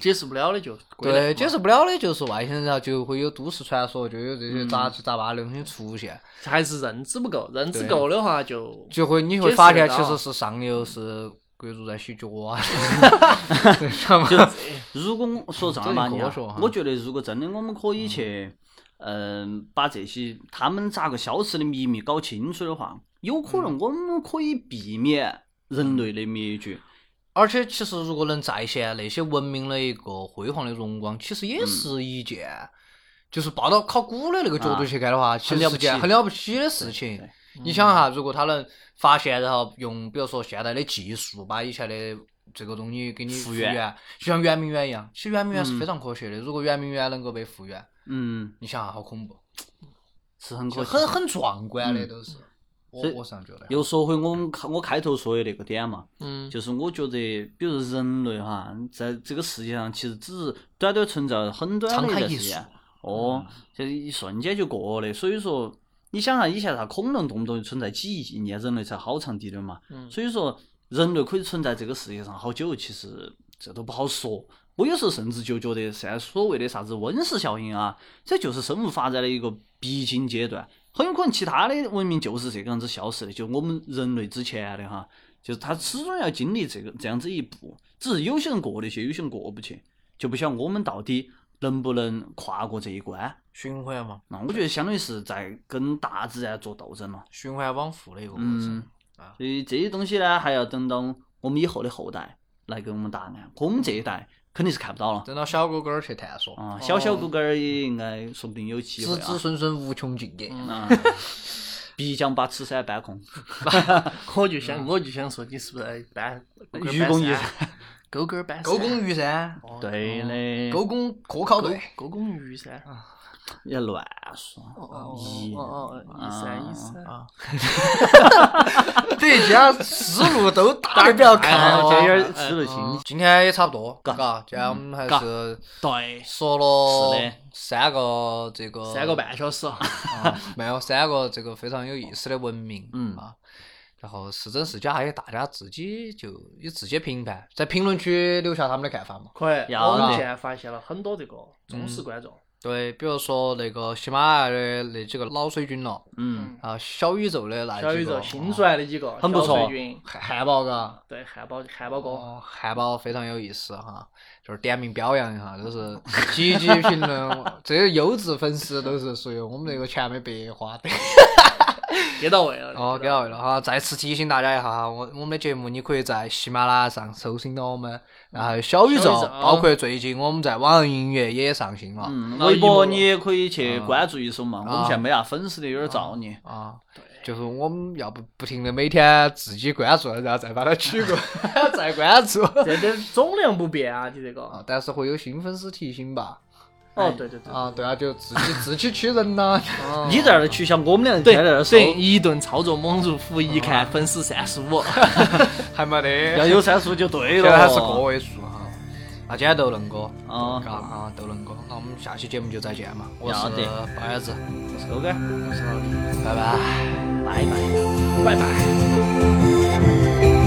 Speaker 3: 解释不了的就归类
Speaker 1: 对，解
Speaker 3: 嘛
Speaker 1: 释不了的就是外星人，然后就会有都市传说，就有这些
Speaker 2: 嗯
Speaker 1: 杂七杂八的东西出现，
Speaker 3: 还是认知不够，认知
Speaker 1: 对
Speaker 3: 够的话就
Speaker 1: 就会你
Speaker 3: 解
Speaker 1: 会
Speaker 3: 释
Speaker 1: 发
Speaker 3: 得
Speaker 1: 现其
Speaker 3: 到
Speaker 1: 实是上游是贵族在洗脚 啊， 知道吗？
Speaker 2: 如果我说正儿八经
Speaker 1: 这
Speaker 2: 啊
Speaker 1: 你可说嗯哈，
Speaker 2: 我觉得如果真的我们可以去，嗯、把这些他们咋个消失的秘密搞清楚的话，有可
Speaker 1: 嗯
Speaker 2: 能我们可以避免人类的灭绝。
Speaker 1: 而且，其实如果能再现那些文明的一个辉煌的荣光，其实也
Speaker 2: 嗯
Speaker 1: 是一件，就是报到考古的那个角度去看的话，其实
Speaker 2: 啊
Speaker 1: 是
Speaker 2: 了不
Speaker 1: 件
Speaker 2: 起
Speaker 1: 很了不起的事情
Speaker 2: 对。嗯
Speaker 1: 你想哈，如果他能发现，然后用比如说现代的技术把以前的这个东西给你
Speaker 2: 复
Speaker 1: 复
Speaker 2: 原
Speaker 1: 原，就像圆明园一样，其实圆明园是
Speaker 2: 嗯
Speaker 1: 非常科学的。如果圆明园能够被复原，
Speaker 2: 嗯，
Speaker 1: 你想哈，好恐怖，
Speaker 2: 是很
Speaker 1: 就
Speaker 2: 可惜。
Speaker 1: 很很壮观的都是。我
Speaker 2: 所以
Speaker 1: 我是这样觉得。
Speaker 2: 又说回我们开我开头说的那个点嘛，
Speaker 3: 嗯，
Speaker 2: 就是我觉得，比如人类哈，在这个世界上其实只是短短存在很短的一
Speaker 1: 沧海
Speaker 2: 段
Speaker 1: 一
Speaker 2: 时
Speaker 1: 粟
Speaker 2: 间，哦，就是一瞬间就过了。所以说，你想下以前啥恐龙动不动就存在几亿年，人类才好长滴的嘛。
Speaker 3: 嗯
Speaker 2: 所以说，人类可以存在这个世界上好久，其实这都不好说。我有时候甚至就觉得，现在所谓的啥子温室效应啊，这就是生物发展的一个必经阶段。很有可能其他的文明就是这个样子消失的，就我们人类之前的哈，就是它始终要经历这个这样子一步，只是有些人过得去，有些人过不去，就不晓得我们到底能不能跨过这一关。
Speaker 1: 循环嘛，
Speaker 2: 那我觉得相当于是在跟大自然做斗争了。
Speaker 1: 循环往复的一个过程
Speaker 2: 嗯。，所以这些东西呢，还要等到我们以后的后代来给我们答案。我们这一代肯定是看不到了
Speaker 1: 等到小哥哥儿去探索。
Speaker 2: 啊，小小哥哥儿也应该说不定有机
Speaker 1: 子
Speaker 2: 会
Speaker 1: 子
Speaker 2: 啊，
Speaker 1: 孙孙无穷尽也。
Speaker 2: 啊， 必将把此山搬空。
Speaker 3: 我就想我就想说你是不哎是搬
Speaker 2: 愚公移山，
Speaker 3: 勾勾搬
Speaker 1: 勾公玉山，
Speaker 3: 哦
Speaker 2: 对嘞，
Speaker 1: 勾公科考 队，
Speaker 3: 勾公鱼噻。
Speaker 2: 也乱说
Speaker 3: 哦哦，
Speaker 2: 一
Speaker 3: 哦哦，一三一三
Speaker 1: 啊这一家思路 都打得比较开
Speaker 2: 哎
Speaker 1: 哦。
Speaker 2: 这有点吃不清
Speaker 1: 嗯。今天也差不多，嘎，今天我们还
Speaker 2: 嘎
Speaker 1: 是
Speaker 3: 对，
Speaker 1: 说
Speaker 2: 是的
Speaker 1: 了三个这个
Speaker 3: 三个半小 时，
Speaker 1: 啊，没有三个这个非常有意思的文明，
Speaker 2: 嗯
Speaker 1: 啊。然后是真是假，还有大家自己就你自己评判，在评论区留下他们的看法嘛。
Speaker 3: 可以。
Speaker 2: 要
Speaker 3: 我们
Speaker 2: 的
Speaker 3: 现在发现了很多这个忠实观众，
Speaker 1: 对，比如说那个喜马拉雅的那几个老水军了，
Speaker 2: 嗯，
Speaker 1: 啊，小宇宙的那啊几个
Speaker 3: 小宇宙新出来的几个，
Speaker 2: 很不错
Speaker 3: 小水军
Speaker 1: 汉汉堡嘎，
Speaker 3: 对，汉堡汉堡哥，
Speaker 1: 哦，汉堡非常有意思哈，就是点名表扬一下，都是积极评论， 这些优质粉丝都是属于我们这个钱没白花的。
Speaker 3: 给到位了。
Speaker 1: 哦，给到位了哈，再次提醒大家一下哈，我我们的节目你可以在喜马拉雅上搜寻到我们，然后小宇宙
Speaker 3: 小宇宙，
Speaker 1: 包括最近我们在网易音乐也上新了。
Speaker 2: 嗯，
Speaker 3: 那
Speaker 2: 微博
Speaker 3: 一模
Speaker 2: 你也可以去关注一手嘛，我们
Speaker 1: 啊
Speaker 2: 现在没啥粉丝的，有点造孽。
Speaker 1: 啊，
Speaker 3: 对，
Speaker 1: 就是我们要不不停的每天自己关注，然后再把它取 过，来，再关注。
Speaker 3: 这点总量不变啊，你这个。
Speaker 1: 啊，但是会有新粉丝提醒吧？
Speaker 3: 哦，对对对。
Speaker 1: 啊，对啊，就自己自己取人 呐。啊
Speaker 3: 哦
Speaker 2: 你在那儿取消，我们俩
Speaker 3: 对，
Speaker 2: 在那儿
Speaker 3: 对，
Speaker 2: 搜，
Speaker 3: 一顿操作猛如虎，一看粉丝三十五，
Speaker 1: 还没
Speaker 2: 要
Speaker 1: 得，
Speaker 2: 有三数就对
Speaker 1: 现
Speaker 2: 了。
Speaker 1: 在还是个位数哈。啊，今天豆能哥，
Speaker 2: 啊
Speaker 1: 嘎啊，豆能哥，那我们下期节目就再见嘛。我是
Speaker 2: 要得
Speaker 1: 包儿子，
Speaker 2: 收杆，
Speaker 1: 拜拜。
Speaker 2: 拜拜。
Speaker 3: 拜拜。
Speaker 2: 拜拜。